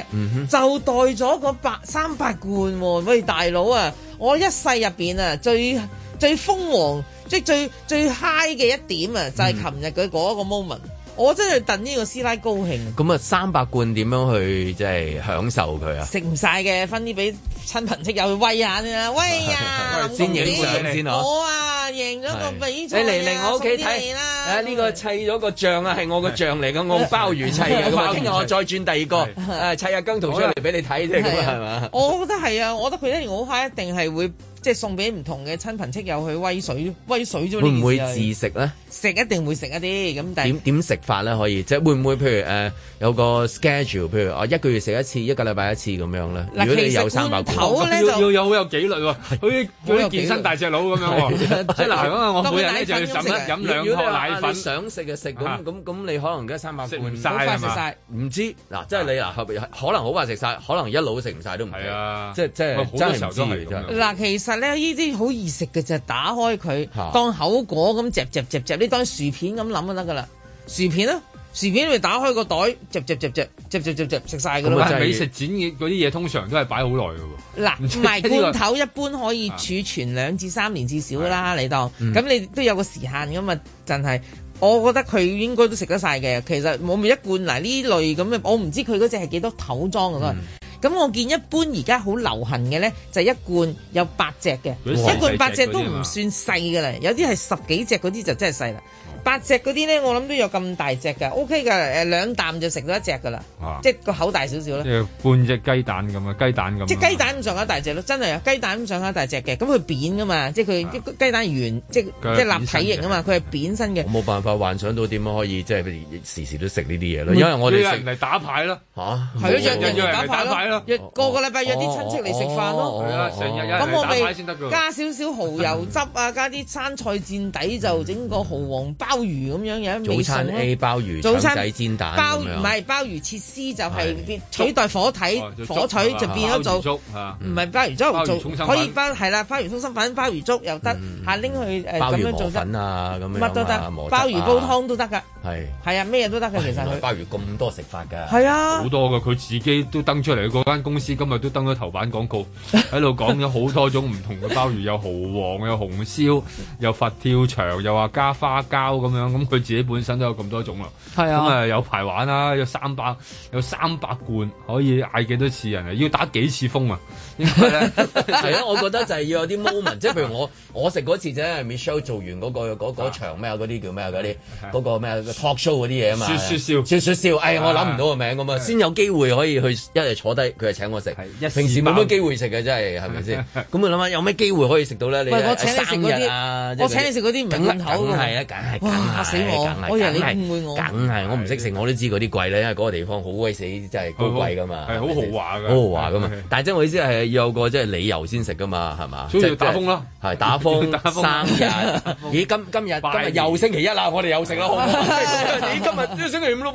Speaker 4: 就袋咗個百三百罐喎、喂大佬啊，我一世入邊啊最最瘋狂。即係最最 high 嘅一點啊，就係琴日佢嗰個 moment，、我真係戥呢個師奶高興。
Speaker 2: 咁啊，三百罐點樣去即係享受佢啊？
Speaker 4: 食唔晒嘅，分啲俾親朋戚友去威下先啦。威
Speaker 2: (laughs)
Speaker 4: 呀，
Speaker 2: 先影相先嗬
Speaker 4: 我啊贏咗個比賽啊，
Speaker 2: 你嚟嚟我屋企
Speaker 4: 送啲你
Speaker 2: 睇，
Speaker 4: 啦
Speaker 2: 啊呢個砌咗個像啊，係我個像嚟嘅，我
Speaker 4: (laughs)
Speaker 2: 用鮑魚砌嘅，咁啊，聽日我再轉第二個，誒砌下姜圖出嚟俾你睇啫，咁啊係嘛？
Speaker 4: 我覺得係啊，我覺得佢一定好嗨，一定係會即係送俾唔同嘅親朋戚友去威水，威水啫。
Speaker 2: 會唔會
Speaker 4: 呢件事
Speaker 2: 自食咧？
Speaker 4: 食一定會食一啲咁，但係
Speaker 2: 點點食法咧？可以即係會唔會譬如誒、呃有個 schedule，譬如我一個月食一次，一個禮拜一次咁樣咧？
Speaker 4: 嗱
Speaker 2: 如果你有
Speaker 4: 其實
Speaker 2: 三百
Speaker 4: 罐
Speaker 2: 罐，
Speaker 4: 頭咧
Speaker 3: 哦要要
Speaker 4: 就
Speaker 3: 有好有紀律喎，好似嗰啲健身大隻佬咁樣喎，即係嗱咁啊，我每日咧就要飲一飲兩
Speaker 2: 如果
Speaker 3: 殼
Speaker 2: 你話
Speaker 3: 奶
Speaker 2: 啊你
Speaker 3: 粉，
Speaker 2: 想食嘅食
Speaker 3: 啊
Speaker 2: 咁咁咁，你可能而家三百
Speaker 3: 食
Speaker 2: 罐
Speaker 3: 唔
Speaker 4: 好
Speaker 3: 晒
Speaker 4: 快
Speaker 3: 係
Speaker 4: 食
Speaker 3: 嘛？
Speaker 4: 晒。
Speaker 2: 唔知嗱，即係你嗱，後邊可能好快食晒，可能一路食唔晒都唔
Speaker 3: 係啊
Speaker 2: 即係即
Speaker 3: 喂好多
Speaker 2: 係真
Speaker 3: 時
Speaker 2: 係
Speaker 3: 候
Speaker 2: 唔
Speaker 3: 都係
Speaker 2: 知啊
Speaker 3: 咁
Speaker 2: 真係
Speaker 3: 樣
Speaker 4: 嗱，其實咧呢啲好易食嘅就打開佢
Speaker 2: 嚇
Speaker 4: 當口果咁嚼嚼嚼嚼，你當薯片咁諗就得噶啦。薯片啦，薯片咪打開個袋嚼嚼嚼嚼嚼嚼嚼嚼食晒噶
Speaker 2: 咁
Speaker 4: 啦
Speaker 2: 啊
Speaker 3: 但
Speaker 4: 嘛。
Speaker 3: 係美食展嘅嗰啲嘢通常都係擺好耐嘅喎。
Speaker 4: 嗱，
Speaker 3: (laughs) 唔知
Speaker 4: 唔係
Speaker 3: 呢個
Speaker 4: 罐頭一般可以儲存兩至三年至少啦，你當
Speaker 3: 嗯
Speaker 4: 咁你都有個時限噶嘛，真係。我覺得佢應該都食得晒嘅，其實冇咪一罐嗱呢類咁嘅，我唔知佢嗰只係幾多頭裝嘅嗰
Speaker 3: 嗯
Speaker 4: 個咁我見一般而家好流行嘅咧，就一罐有八隻嘅，
Speaker 3: 嗰啲細
Speaker 4: 一罐八隻
Speaker 3: 隻嗰啲啊
Speaker 4: 都
Speaker 3: 嘛哦
Speaker 4: 唔算細嘅啦，有啲係十幾隻嗰啲就真係細啦。八隻嗰啲咧，我諗都有咁大隻㗎，OK 㗎，誒兩啖就食到一隻㗎啦，
Speaker 3: 啊
Speaker 4: 即係個口大少少啦
Speaker 3: 即。係半隻雞蛋咁啊，雞蛋咁啊。
Speaker 4: 即係雞蛋咁上下大隻咯，真係啊！雞蛋咁上下大隻嘅，咁佢扁噶嘛，即係佢雞蛋圓，即係
Speaker 2: 啊佢係
Speaker 4: 即係立體型啊嘛，佢係扁身嘅
Speaker 2: 我。冇辦法幻想到點樣可以即係時時都食呢啲嘢
Speaker 3: 嗯
Speaker 2: 咯，因為我哋食
Speaker 3: 人嚟打牌啦，
Speaker 2: 嚇，
Speaker 4: 係咯，約
Speaker 2: 冇
Speaker 4: 人
Speaker 2: 冇
Speaker 4: 打牌
Speaker 2: 哦
Speaker 4: 咯，約個個禮拜約啲親戚嚟食飯咯。
Speaker 3: 哦係啊，成日有人
Speaker 4: 咁我
Speaker 3: 嚟打牌先得
Speaker 4: 咪
Speaker 3: 㗎。
Speaker 4: 加少少蠔油汁啊，加啲生菜墊底就整個蠔皇鮑魚咁樣樣。
Speaker 2: 哦早餐
Speaker 4: 味餸啊
Speaker 2: A 鮑魚
Speaker 4: 早餐
Speaker 2: 腸仔煎蛋
Speaker 4: 鮑
Speaker 2: 咁樣
Speaker 4: 唔係鮑魚切絲就係
Speaker 2: 係
Speaker 4: 變取代火腿
Speaker 2: 哦就，粥
Speaker 4: 火腿就變咗
Speaker 2: 鮑魚
Speaker 4: 做
Speaker 2: 粥
Speaker 3: 啊
Speaker 4: 唔係鮑魚
Speaker 2: 鮑魚
Speaker 4: 粥
Speaker 2: 通
Speaker 4: 做
Speaker 2: 心粉嗯
Speaker 4: 可以包係啦，鮑魚通心粉、鮑魚粥又得，下拎去誒
Speaker 2: 鮑
Speaker 4: 咁樣
Speaker 2: 魚磨
Speaker 4: 做得，
Speaker 2: 粉啊，咁樣
Speaker 4: 乜都得，
Speaker 2: 啊
Speaker 4: 鮑魚煲湯都得㗎，
Speaker 2: 係。
Speaker 4: 係啊，咩都得㗎其實
Speaker 2: 原來
Speaker 4: 佢。
Speaker 2: 鮑魚咁多食法㗎，
Speaker 4: 係啊
Speaker 3: 好多噶，佢自己都登出嚟，嗰間公司今日都登咗頭版
Speaker 4: (laughs)
Speaker 3: 廣告，喺度講咗好多種唔同嘅鮑魚，有蠔皇，有紅燒，有佛跳牆，又話加花膠咁樣，咁佢自己本身都有咁多種啦。
Speaker 2: 係啊
Speaker 3: 咁啊有排玩啦，有三百有三百罐，可以嗌幾多次人啊？要打幾次
Speaker 4: (laughs)
Speaker 3: 風啊？應該咧
Speaker 2: 係啊，我覺得就係要有啲 moment，即係譬如我我食嗰次就係 Michelle 做完嗰、個嗰嗰場咩啊嗰啲叫咩啊嗰啲嗰個咩啊 talk show 嗰啲嘢啊嘛，
Speaker 3: 雪雪
Speaker 2: 笑雪雪笑，哎我諗唔到個名咁啊，先有機會可以去一係坐低佢係請我食，平時冇乜機會食嘅真係係咪
Speaker 4: (laughs)
Speaker 2: 先？咁我諗下有咩機會可以食到咧？你
Speaker 4: 喂我請你食
Speaker 2: 生
Speaker 4: 嗰啲
Speaker 2: 日啊，即係
Speaker 4: 我請你食嗰啲唔係罐頭㗎
Speaker 2: 梗係啊，梗係梗係
Speaker 4: 哇嚇死我
Speaker 2: 梗係
Speaker 4: 我以為你
Speaker 2: 梗係
Speaker 4: 誤會我
Speaker 2: 梗係我唔識食我都知嗰啲貴咧，因為嗰個地方好鬼死真係高貴㗎嘛，
Speaker 3: 係好豪華㗎
Speaker 2: 好豪華㗎嘛。但係即係我意思係要有個即係理由先食噶嘛，係嘛？
Speaker 3: 所以要
Speaker 2: 即係
Speaker 3: 打風啦，
Speaker 2: 係
Speaker 3: (laughs)
Speaker 2: 打風、
Speaker 3: 打風
Speaker 2: 生日。 (laughs) 咦，今今日今日又星期一啦，我哋又食啦，好
Speaker 4: (laughs)
Speaker 2: 唔好？咦，今日都星期五咯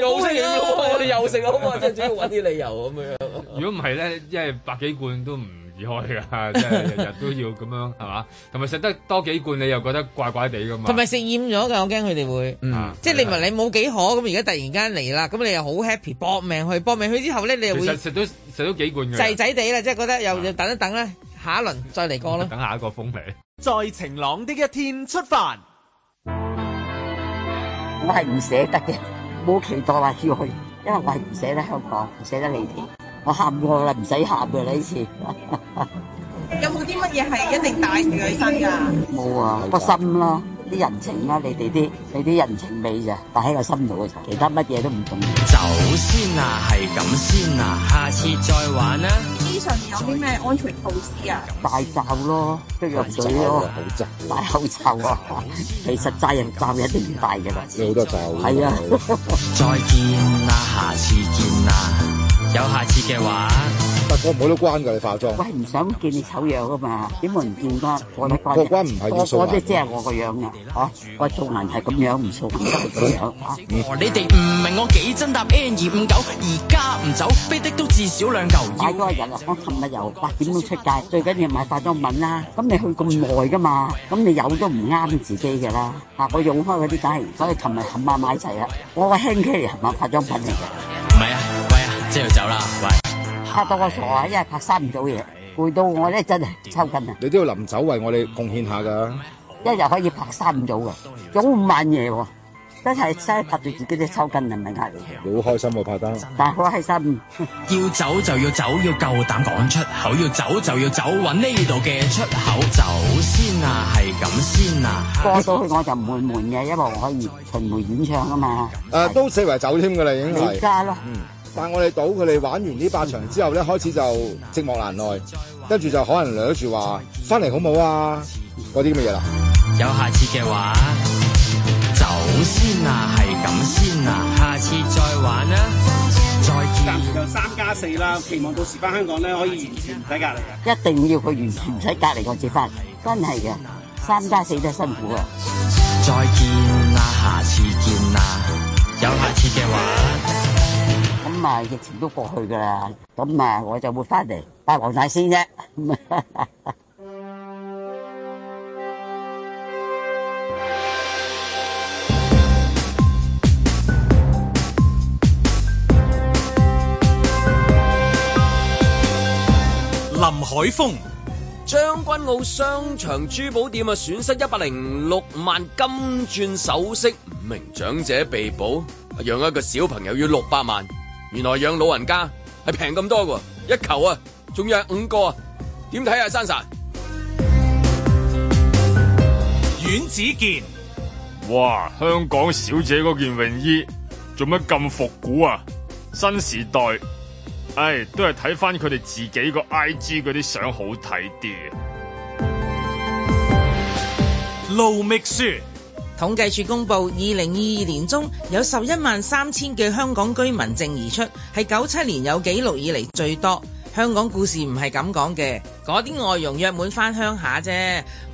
Speaker 2: 噃，又星期五咯
Speaker 4: 啊
Speaker 2: 喎，我哋又食啦，好唔好？即係主要揾啲理由咁樣。
Speaker 3: 如果唔係咧，即係百幾罐都唔易開㗎， (laughs) 即係日日都要咁樣係嘛？同埋食得多幾罐，你又覺得怪怪地㗎嘛？
Speaker 4: 同埋食厭咗㗎，我驚佢哋會。
Speaker 3: 嗯
Speaker 4: 即係你咪你冇幾可咁，而家突然間嚟啦，咁你又好 happy，搏命去，搏命去之後咧，你又
Speaker 3: 其
Speaker 4: 會
Speaker 3: 實食到食到幾罐嘅。
Speaker 4: 滯滯地啦，即係覺得又又等一等啦，下一輪再嚟過啦。
Speaker 3: 等下一個風嚟。
Speaker 5: 在晴朗的一天出發。
Speaker 10: 我係唔捨得嘅，冇期待話要去，因為我係唔捨得香港，唔捨得你哋。我喊過啦，唔使喊嘅啦呢次。
Speaker 11: 有冇啲乜嘢係一定帶住佢身㗎？
Speaker 10: 冇啊，個心咯，啲人情啦，你哋啲你啲人情味咋，但喺個心度嘅咋，其他乜嘢都唔重要。
Speaker 12: 走先啊，係咁先啊，下次再玩啊啦。
Speaker 11: 機上面有啲咩安全措施啊？
Speaker 10: 戴罩咯，跟住入水咯，戴口罩啊！其實戴人罩一定唔戴嘅啦。你好多罩。係啊，
Speaker 12: 再見啦，下次見啦，有下次嘅話。
Speaker 10: 但過唔到關㗎，你化妝。喂，唔想見你醜樣啊嘛，點會唔見關？過得關。
Speaker 13: 過關唔係要掃
Speaker 10: 我
Speaker 13: 顏
Speaker 10: 我都即係我個樣嘅，嚇！我做人係咁樣，唔做唔得個樣嚇。
Speaker 12: 哦你哋唔明我幾真搭 N 二五九，而家唔走，飛的都至少兩嚿。
Speaker 10: 買嗰日啊，我琴日由八點鐘出街，最緊要買化妝品啦。咁你去咁耐噶嘛，咁你有都唔啱自己嘅啦。啊，我用開嗰啲梗係，所以琴日冚唪唥買齊啦。啊我個 hand carry 冚唪唥化妝品嚟
Speaker 12: 唔
Speaker 10: 嘅，
Speaker 12: 係啊，喂啊，即係要走啦，喂。
Speaker 10: 嚇到我傻啊，因為拍三唔到嘢，攰到我咧真係抽筋啊！你都要臨走為我哋貢獻下㗎，一日可以拍三組嘅，早五晚夜喎。真係真係拍到自己都抽筋啊！唔係呃你，好開心喎拍單，但係好開心。
Speaker 12: 要走就要走，要夠膽講出口，要走就要走，揾呢度嘅出口。走先啊，係咁先啊。
Speaker 10: 過到去我就唔會悶嘅，因為我可以巡迴演唱啊嘛。
Speaker 13: 誒、都四圍走添㗎啦，已經係。
Speaker 10: 你加咯，
Speaker 13: 但我哋賭佢哋玩完呢八場之後咧，開始就寂寞難耐，跟住就可能掠住話翻嚟好冇啊嗰啲咁嘅嘢啦。
Speaker 12: 有下次嘅話，走先啊，係咁先啊，下次再玩啦，再見。
Speaker 14: 有三加四啦，期望到時翻香港咧可以完全唔使隔離嘅。
Speaker 10: 一定要佢完全唔使隔離我接翻，真係嘅，三加四都辛苦啊！
Speaker 12: 再見啦，下次見啦。有下次嘅話，
Speaker 10: 咁啊，疫情都過去㗎啦，咁啊，我就會翻嚟拜黃大仙啫。
Speaker 1: 林海峰、
Speaker 15: 將軍澳商場珠寶店啊，損失一百零六萬金鑽首飾，五名長者被捕，養一個小朋友要六百萬，原來養老人家係平咁多喎，一球啊，仲要係五個啊，點睇啊，山神？
Speaker 1: 阮子健、
Speaker 16: 哇！香港小姐嗰件泳衣做乜咁復古啊？新時代，唉，都係睇翻佢哋自己個 I G 嗰啲相好睇啲。
Speaker 1: 路觅書。
Speaker 4: 統計處公布，二零二二年中有十一萬三千嘅香港居民淨移出，係九七年有記錄以嚟最多。香港故事唔係咁講嘅，嗰啲外傭約滿返鄉下啫，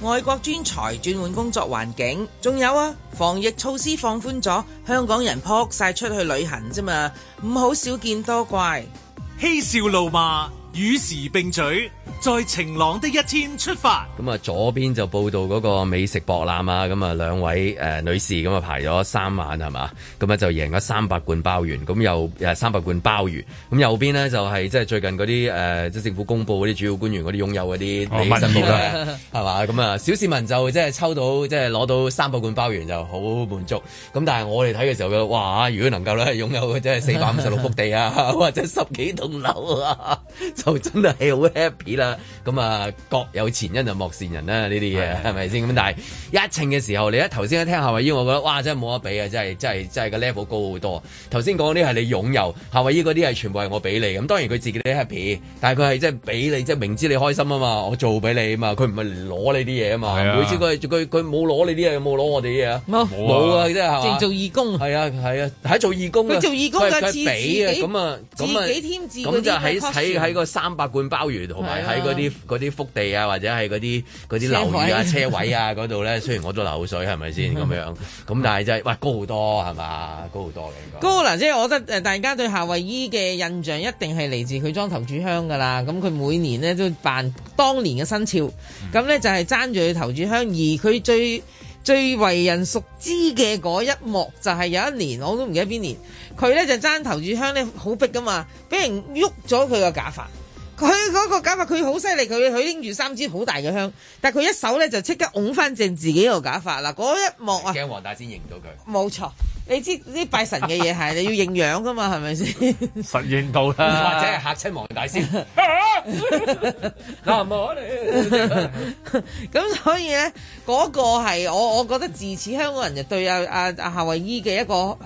Speaker 4: 外國專才轉換工作環境，仲有啊，防疫措施放寬咗，香港人撲晒出去旅行啫嘛，唔好少見多怪。
Speaker 1: 嬉笑怒罵，與時並舉，在晴朗的一天出發。
Speaker 2: 咁啊，左邊就報道嗰個美食博覽啊，咁啊兩位誒、呃女士咁啊排咗三晚係嘛，咁啊就贏咗三百罐鮑魚，咁又誒三百罐鮑魚，咁右邊呢，就係即係最近嗰啲誒即係政府公佈嗰啲主要官員嗰啲擁有嗰啲
Speaker 15: 哦
Speaker 2: 你身邊
Speaker 15: 民調啊
Speaker 2: 咧 (laughs) 係嘛，咁啊小市民就即係抽到即係攞到三百罐鮑魚就好滿足，咁但係我哋睇嘅時候嘅哇，如果能夠咧擁有即係四百五十六幅地啊， (laughs) 或者十幾棟樓啊， (laughs) 就真係好 happy 啦。咁啊，各有前因就啊莫善人啦，呢啲嘢係咪先？咁但係一稱嘅時候，你一頭先一聽夏威夷，我覺得哇，真係冇得比啊！真係真係真係個 level 高好多。頭先講嗰啲係你擁有，夏威夷嗰啲係全部係我俾你。咁當然佢自己都 happy，但係佢係即係俾你，即係明知你開心啊嘛，我做俾你啊嘛，佢唔係攞你啲嘢啊嘛。
Speaker 15: 係啊
Speaker 2: 每次佢佢佢冇攞你啲嘢，有冇攞我哋啲嘢啊？
Speaker 4: 冇
Speaker 2: 冇啊，即係係嘛
Speaker 4: 淨做義工，
Speaker 2: 係啊係啊，喺做義工啊。
Speaker 4: 佢做義工㗎
Speaker 2: 佢係
Speaker 4: 自
Speaker 2: 佢俾啊，
Speaker 4: 自己
Speaker 2: 咁啊咁啊，
Speaker 4: 自己添置嗰啲
Speaker 2: 咁就喺
Speaker 4: costume
Speaker 2: 喺喺個三百罐鮑魚同埋
Speaker 4: 係啊
Speaker 2: 喺嗰啲嗰啲福地啊，或者係嗰啲嗰啲樓
Speaker 4: (laughs)
Speaker 2: 宇啊、
Speaker 15: 車
Speaker 2: 車
Speaker 15: 位
Speaker 2: 位啊嗰度咧，雖然我都流口水係咪
Speaker 4: 嗯
Speaker 2: 先咁樣，咁但係真係喂高好多係嘛，高好多嘅應該。
Speaker 4: 高嗱，即係我覺得誒，大家對夏威夷嘅印象一定係嚟自佢裝頭炷香噶啦。咁佢每年呢都辦當年嘅生肖，咁呢就係爭住佢頭炷香。而佢最最為人熟知嘅嗰一幕就係有一年，我都唔記得邊年，佢呢就爭頭炷香呢好逼噶嘛，俾人喐咗佢個假髮。佢嗰個假髮佢好犀利，佢佢拎住三支好大嘅香，但係佢一手呢就即刻拱翻正自己個假髮啦。嗰一幕啊！
Speaker 2: 驚黃大仙認
Speaker 4: (laughs)
Speaker 2: 到佢。
Speaker 4: 冇錯，你知呢拜神嘅嘢係你要認養噶嘛，係咪先？ (laughs)
Speaker 3: 實現到啦，
Speaker 2: 或者係嚇親黃大仙，嗱我
Speaker 4: 咁所以咧，嗰、個係我我覺得自此香港人就對阿阿阿夏威夷嘅一個好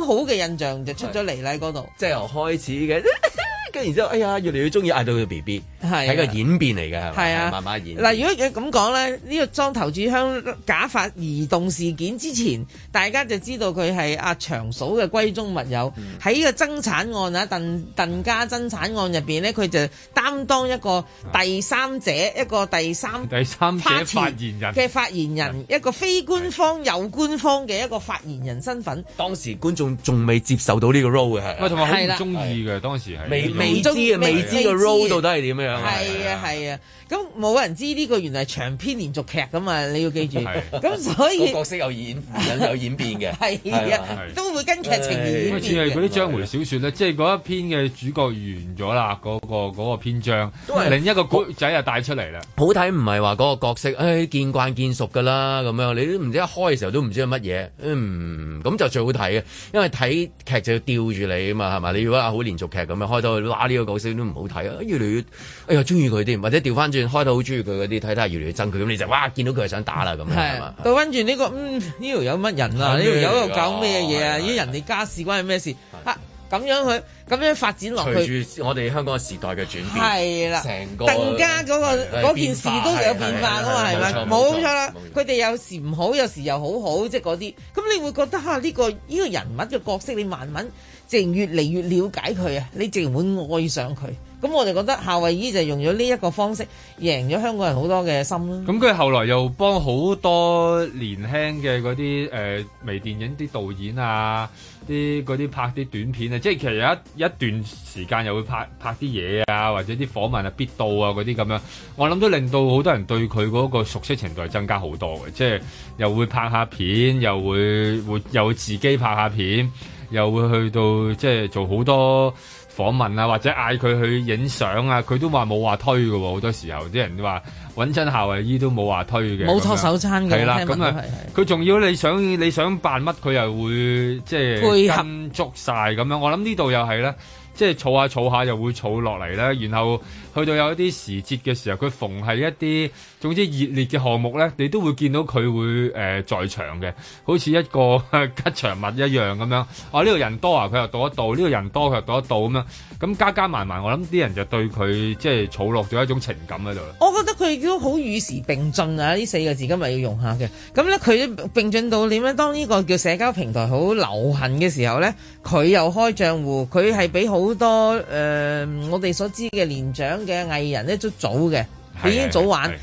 Speaker 4: 好嘅印象就出咗嚟啦喺嗰度。
Speaker 2: 即係由開始嘅， (laughs) 跟住然之後，哎呀，越嚟越中意嗌到佢 B B，
Speaker 4: 係啊
Speaker 2: 係個演變嚟嘅，係咪
Speaker 4: 係啊，
Speaker 2: 慢慢演變。
Speaker 4: 嗱，如果咁講咧，呢、個裝頭炷香假髮移動事件之前，大家就知道佢係阿長嫂嘅閨中密友。
Speaker 2: 嗯
Speaker 4: 喺呢個爭產案啊，鄧鄧家爭產案入邊咧，佢就擔當一個第三者，一個第三
Speaker 3: 第三者發言人
Speaker 4: 嘅發言人，一個非官方有官方嘅一個發言人身份。
Speaker 2: 當時觀眾仲未接受到呢個 role 嘅係
Speaker 3: 喂，
Speaker 2: 啊，
Speaker 3: 同埋
Speaker 4: 係
Speaker 3: 好
Speaker 4: 啦
Speaker 3: 唔中意嘅當時係
Speaker 2: 未未知
Speaker 4: 中
Speaker 2: 嘅未知嘅
Speaker 4: 未
Speaker 2: role 到底係點樣啊？
Speaker 4: 係啊係啊，咁冇人知呢個原來係長篇連續劇噶嘛，你要記住。咁所以
Speaker 2: 個角色有 (laughs) 演有演變嘅，
Speaker 4: 係啊，都會跟劇情而
Speaker 3: 咁
Speaker 4: 演
Speaker 3: 啊似
Speaker 4: 變
Speaker 3: 係
Speaker 4: 嘅。
Speaker 3: 嗰啲章回小說咧，即係嗰一篇嘅主角完咗啦，嗰、個嗰、個篇章
Speaker 2: 都，係
Speaker 3: 另一個古仔又帶出嚟啦。
Speaker 2: 好睇唔係話嗰個角色，誒、見慣見熟㗎啦，咁樣你都唔知一開嘅時候都唔知係乜嘢，嗯，咁就最好睇嘅，因為睇劇就要吊住你啊嘛，係咪？你如果話好連續劇咁樣開到拉呢個角色都唔好睇啊，越嚟越，哎呀中意佢啲，或者調翻轉開到好中意佢嗰啲，睇睇下越嚟越憎佢，咁你就哇見到佢係想打啦咁樣啊係
Speaker 4: 係
Speaker 2: 嘛？
Speaker 4: 到跟住呢個，嗯，呢條有乜人啊？
Speaker 2: 係
Speaker 4: 呢條友
Speaker 2: 咩嚟
Speaker 4: 又
Speaker 2: 㗎
Speaker 4: 搞咩嘢啊？呢人哋家事關佢咩事啊？咁樣佢咁樣發展落去，
Speaker 2: 隨住我哋香港時代嘅轉變，
Speaker 4: 係啦，
Speaker 2: 成個
Speaker 4: 鄧家嗰個
Speaker 2: 係
Speaker 4: 嗰件事都有變化噶嘛，係咪？冇錯啦，
Speaker 2: 冇
Speaker 4: 佢哋有時唔好，有時又好好，即係嗰啲。咁你會覺得嚇呢個呢個人物嘅角色，你慢慢自然越嚟越了解佢啊，你自然會愛上佢。咁我就覺得夏威夷就用咗呢一個方式，贏咗香港人好多嘅心啦。
Speaker 3: 咁佢啊後來又幫好多年輕嘅嗰啲誒微電影啲導演啊，啲嗰啲拍啲短片啊，即係其實有一一段時間又會拍拍啲嘢啊，或者啲訪問啊、必到啊嗰啲咁樣，我諗都令到好多人對佢嗰個熟悉程度係增加好多嘅，即係又會拍下片，又會會又會自己拍下片，又會去到即係做好多。訪問啊，或者嗌佢去影相啊，佢都話冇話推嘅喎。好多時候啲人話揾真夏威夷都冇話推嘅，
Speaker 4: 冇托手踭嘅
Speaker 3: 係啦，
Speaker 4: 聽聞
Speaker 3: 咁
Speaker 4: 都
Speaker 3: 啊
Speaker 4: 係，
Speaker 3: 佢仲要你想你想扮乜，佢又會即係
Speaker 4: 配合
Speaker 3: 跟足晒咁樣。我諗呢度又係咧，即係儲下儲下又會儲落嚟咧，然後去到有一啲時節嘅時候，佢逢係一啲總之熱烈嘅項目咧，你都會見到佢會誒、呃在場嘅，好似一個 (laughs) 吉祥物一樣咁樣。哦、呢度人多啊，佢又到一度；呢度人多，佢又到一度咁樣。咁加加埋埋，我諗啲人就對佢即係儲落咗一種情感喺度啦。
Speaker 4: 我覺得佢都好與時並進啊！呢四個字今日要用下嘅。咁咧，佢並進到點咧？當呢個叫社交平台好流行嘅時候咧，佢又開帳戶，佢係俾好多誒、呃我哋所知嘅年長嘅藝人咧都早嘅，佢已經早玩
Speaker 8: 係係係。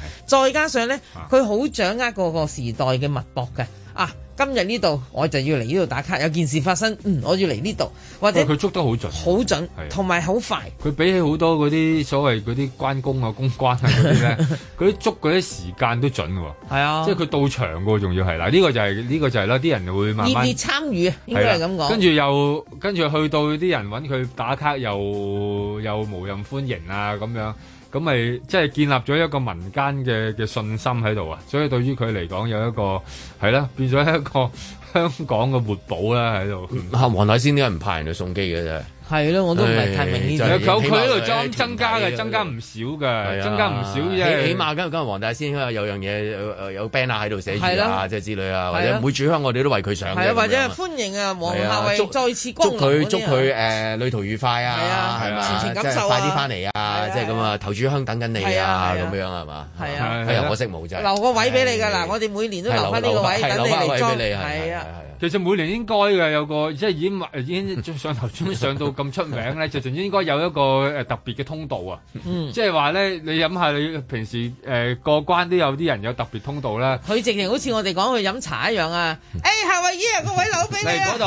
Speaker 4: 再加上咧，佢好掌握嗰個時代嘅脈搏嘅。啊，今日呢度我就要嚟呢度打卡，有件事發生，嗯，我要嚟呢度，或者
Speaker 3: 喂佢捉得好準，
Speaker 4: 好準，同埋好快。
Speaker 3: 佢比起好多嗰啲所謂嗰啲關公啊、公關啊嗰啲咧，
Speaker 4: (laughs)
Speaker 3: 佢啲捉嗰啲時間都準喎。
Speaker 4: 係啊
Speaker 3: 即係佢到場嘅喎，仲要係嗱，呢個就係呢個就係啦，啲人會慢
Speaker 4: 熱
Speaker 3: 慢
Speaker 4: 烈參與啊，應該係咁
Speaker 3: 係啦
Speaker 4: 講。
Speaker 3: 跟住又跟住去到啲人揾佢打卡，又又無任歡迎啊咁樣，咁咪即係建立咗一個民間嘅嘅信心喺度啊！所以對於佢嚟講有一個係啦，變咗一個 (laughs) 香港嘅活寶啦喺度。
Speaker 2: 啊，黃大仙點解唔派人去送機嘅啫？
Speaker 4: 係咯，我都唔係太明
Speaker 2: 唉
Speaker 4: 呢
Speaker 2: 真係
Speaker 4: 啲。
Speaker 3: 有佢喺度
Speaker 2: 起碼
Speaker 3: 增增加
Speaker 2: 團體
Speaker 3: 嘅，
Speaker 2: 嘅
Speaker 3: 增加唔少
Speaker 2: 係
Speaker 3: 嘅，
Speaker 2: 啊
Speaker 3: 增加唔少
Speaker 2: 起
Speaker 3: 啫。
Speaker 2: 起碼今日今日黃大仙應該有樣嘢有有 banner 喺度寫住
Speaker 4: 係
Speaker 2: 啊，
Speaker 4: 啦
Speaker 2: 即係之類啊，或
Speaker 4: 係
Speaker 2: 者
Speaker 4: 啦
Speaker 2: 每炷香我哋都為佢上嘅
Speaker 4: 係啊，或者
Speaker 2: 咁
Speaker 4: 係
Speaker 2: 樣啊
Speaker 4: 歡迎啊，黃
Speaker 2: 係啊
Speaker 4: 夏
Speaker 2: 祝
Speaker 4: 蕙再次光
Speaker 2: 祝
Speaker 4: 臨
Speaker 2: 佢
Speaker 4: 嗰啲
Speaker 2: 祝
Speaker 4: 啊
Speaker 2: 佢誒旅途愉快啊，係嘛？
Speaker 4: 全程
Speaker 2: 即
Speaker 4: 感
Speaker 2: 係
Speaker 4: 受啊
Speaker 2: 快啲翻嚟啊！即係咁啊，頭炷香等緊你
Speaker 4: 係
Speaker 2: 啊，
Speaker 4: 啊係
Speaker 2: 咁
Speaker 4: 啊
Speaker 2: 樣係嘛？
Speaker 4: 係啊
Speaker 2: 哎呀，可惜冇真係
Speaker 4: 留個位俾你㗎嗱，我哋每年都留翻呢個位
Speaker 2: 係留
Speaker 4: 等你
Speaker 2: 留
Speaker 4: 嚟
Speaker 2: 位
Speaker 4: 裝，
Speaker 2: 俾你係
Speaker 4: 係啊。
Speaker 3: 其實每年應該嘅有個即係已經已經上頭中上到咁
Speaker 4: (laughs)
Speaker 3: 出名咧，就仲應該有一個誒特別嘅通道啊！
Speaker 4: 嗯
Speaker 3: 即係話咧，你諗下你平時誒、呃、過關都有啲人有特別通道啦。
Speaker 4: 佢直情好似我哋講去飲茶一樣啊！
Speaker 2: 嗯
Speaker 4: 誒夏威夷啊，個位留俾你啊！
Speaker 3: 嚟嗰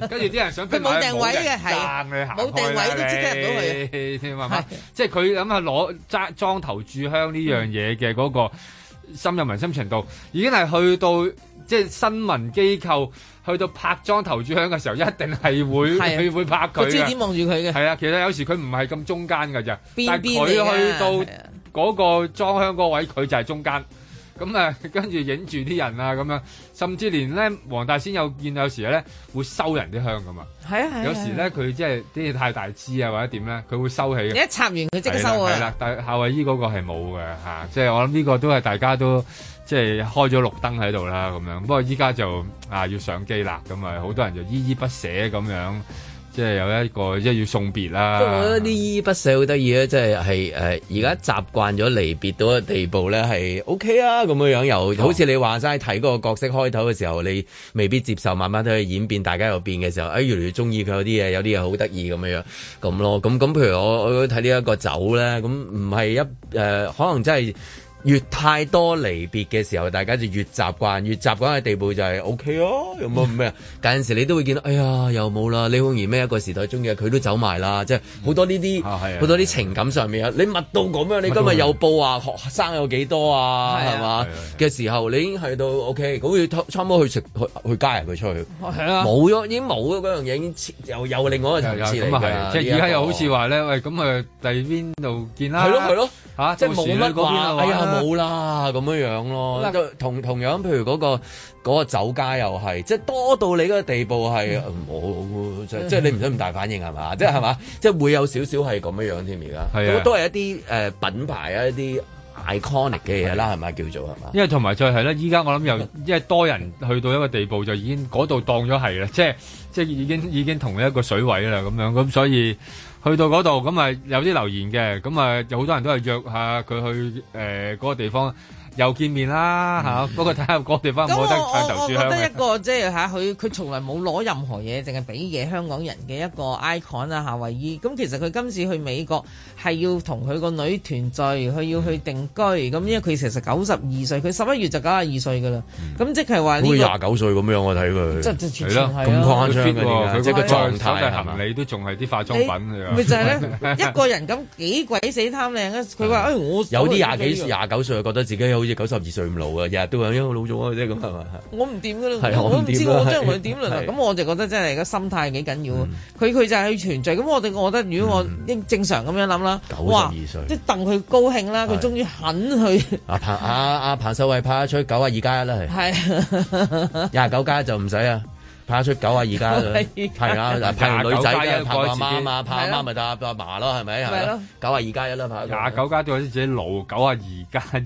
Speaker 3: 度跟住啲人
Speaker 4: (laughs)
Speaker 3: 想
Speaker 4: 佢冇定位嘅，係
Speaker 3: 爭你行
Speaker 4: 冇定位都即刻入到去。
Speaker 3: 去。你慢慢即係佢諗下攞揸裝頭炷香呢樣嘢嘅嗰個深入民心程度，已經係去到即係新聞機構去到拍裝頭炷香嘅時候，一定係會
Speaker 4: 係啊
Speaker 3: 佢會拍佢
Speaker 4: 個焦點望住 (laughs) 佢嘅。
Speaker 3: 係啊，其實有時佢唔係咁中間㗎咋，
Speaker 4: 邊
Speaker 3: 但係
Speaker 4: 邊嚟㗎
Speaker 3: 佢去
Speaker 4: 係啊
Speaker 3: 到嗰個裝香嗰個位，佢就係中間。咁啊，跟住影住啲人啊，咁樣，甚至連咧黃大仙有見有時咧會收人啲香噶嘛。
Speaker 4: 係啊係啊
Speaker 3: 有時咧佢即係啲嘢太大支啊，或者點咧，佢會收起嘅。
Speaker 4: 你一插完佢即刻收
Speaker 3: 係啦
Speaker 4: 啊！，
Speaker 3: 但係夏威夷嗰個係冇嘅嚇，即係我諗呢個都係大家都即係開咗綠燈喺度啦咁樣。不過依家就啊要上機啦，咁啊好多人就依依不捨咁樣，即係有一個即係要送別啦
Speaker 2: 不。過我覺得啲依依不捨好得意咧，即係係誒哎而家習慣咗離別到嘅地步咧，係 O K 啊咁樣樣又好似你話齋睇嗰個角色開頭嘅時候，你未必接受，慢慢都去演變，大家又變嘅時候，哎誒越嚟越中意佢有啲嘢，有啲嘢好得意咁樣樣咁咯。咁咁譬如我我睇呢一個酒咧，咁唔係一誒、呃可能真係。越太多離別嘅時候，大家就越習慣，越習慣嘅地步就係 O K 咯，有冇 (laughs) 咩啊？有陣時你都會見到，哎呀，又冇啦，李永賢咩一個時代中嘅，佢都走埋啦，即係好多呢啲，好多啲情感上面啊，你密到咁樣，你今日又報啊，學生有幾多啊，
Speaker 4: 係啊
Speaker 2: 係嘛嘅時候，你已經去到 O K，好似差唔多去食去去加人佢出去，
Speaker 3: 係啊
Speaker 2: 冇咗已經冇咗嗰樣嘢，已經切又又另外一個層次嚟
Speaker 3: 咁
Speaker 2: 㗎
Speaker 3: 啊係，
Speaker 2: 呢
Speaker 3: 即係而家
Speaker 2: 一個
Speaker 3: 又好似話咧，喂，咁啊第邊度見啦？
Speaker 2: 係咯係咯
Speaker 3: 嚇，
Speaker 2: 即係
Speaker 3: 到時
Speaker 2: 冇
Speaker 3: 你嗰
Speaker 2: 乜
Speaker 3: 邊
Speaker 2: 話
Speaker 3: 啊，
Speaker 2: 哎呀
Speaker 3: 玩啦
Speaker 2: 冇啦咁樣樣咯。
Speaker 3: 嗱
Speaker 2: 都同同樣，譬如嗰、個嗰、個酒家又係，即係多到你嗰個地步
Speaker 3: 嗯
Speaker 2: 係呃冇，即係即係你唔使咁大反應
Speaker 3: (laughs)
Speaker 2: 係嘛？即係係嘛？即係會有少少係咁樣樣添而
Speaker 3: 係
Speaker 2: 家，
Speaker 3: 啊
Speaker 2: 咁都係一啲誒、呃品牌啊一啲 iconic 嘅嘢啦，係咪叫做係嘛？
Speaker 3: 因為同埋再係咧，依家我諗又因為多人去到一個地步，就已經嗰度當咗係啦，即係即係已經已經同一個水位啦咁樣，咁所以去到嗰度咁啊有啲留言嘅，咁啊有好多人都係約下佢去誒嗰、個地方又見面啦嚇，不過睇下嗰個地方有
Speaker 4: 咁我
Speaker 3: 冇得帶
Speaker 4: 我
Speaker 3: 頭
Speaker 4: 我
Speaker 3: 柱
Speaker 4: 覺
Speaker 3: 香
Speaker 4: 得
Speaker 3: 嘅
Speaker 4: 一。個即係嚇佢佢從來冇攞任何嘢，淨係俾嘢香港人嘅一個 icon 啊夏威夷。咁其實佢今次去美國係要同佢個女團聚，佢要去定居。咁因為佢其實九十二歲，佢十一月就九十二歲噶啦。咁即係話
Speaker 2: 好似
Speaker 4: 呢
Speaker 2: 廿
Speaker 4: 個
Speaker 2: 九歲咁樣，我睇佢
Speaker 4: 即係即係
Speaker 2: 係
Speaker 4: 全
Speaker 2: 咯
Speaker 4: 係啊
Speaker 2: 咁誇
Speaker 3: 佢
Speaker 2: 張
Speaker 3: fit
Speaker 2: 嘅
Speaker 3: 喎
Speaker 2: 點解
Speaker 3: 佢
Speaker 2: 即係個
Speaker 3: 嗰個手
Speaker 2: 狀態
Speaker 3: 提
Speaker 2: 係嘛
Speaker 3: 行李都仲係啲化妝
Speaker 4: 你
Speaker 3: 品嚟㗎
Speaker 4: 咪就係咧一個人咁幾鬼死貪靚啊！佢話：，誒我
Speaker 2: 有啲廿幾廿九歲就覺得自己好似九十二歲咁老啊，日日都話因為老咗啊，即係咁係嘛？
Speaker 4: 我唔掂噶啦，
Speaker 2: 係啊我
Speaker 4: 我
Speaker 2: 唔
Speaker 4: 唔
Speaker 2: 掂
Speaker 4: 知
Speaker 2: 啦
Speaker 4: 我將
Speaker 2: 係
Speaker 4: 來點啦。
Speaker 2: 係
Speaker 4: 咁我就覺得真係個心態幾緊要啊。佢佢就係去存在。咁我哋我覺得如果我應正常咁樣諗啦，
Speaker 2: 92
Speaker 4: 哇
Speaker 2: 歲
Speaker 4: 即係戥佢高興啦，
Speaker 2: 係
Speaker 4: 佢終於肯去
Speaker 2: 阿啊彭啊阿阿彭秀慧拍得出九啊二加一啦，係
Speaker 4: 係。
Speaker 2: 廿九加一就唔使啊。拍出九啊而家
Speaker 15: 係
Speaker 2: 係啊，嗱拍女仔嘅拍阿媽啊嘛，拍阿
Speaker 15: 係
Speaker 2: 媽
Speaker 15: 咯
Speaker 2: 咪打阿嫲咯，係咪？
Speaker 15: 咪
Speaker 2: 係
Speaker 15: 咯
Speaker 2: 咯，九啊二加一啦，拍
Speaker 3: 廿九加咗自己勞九啊二加一，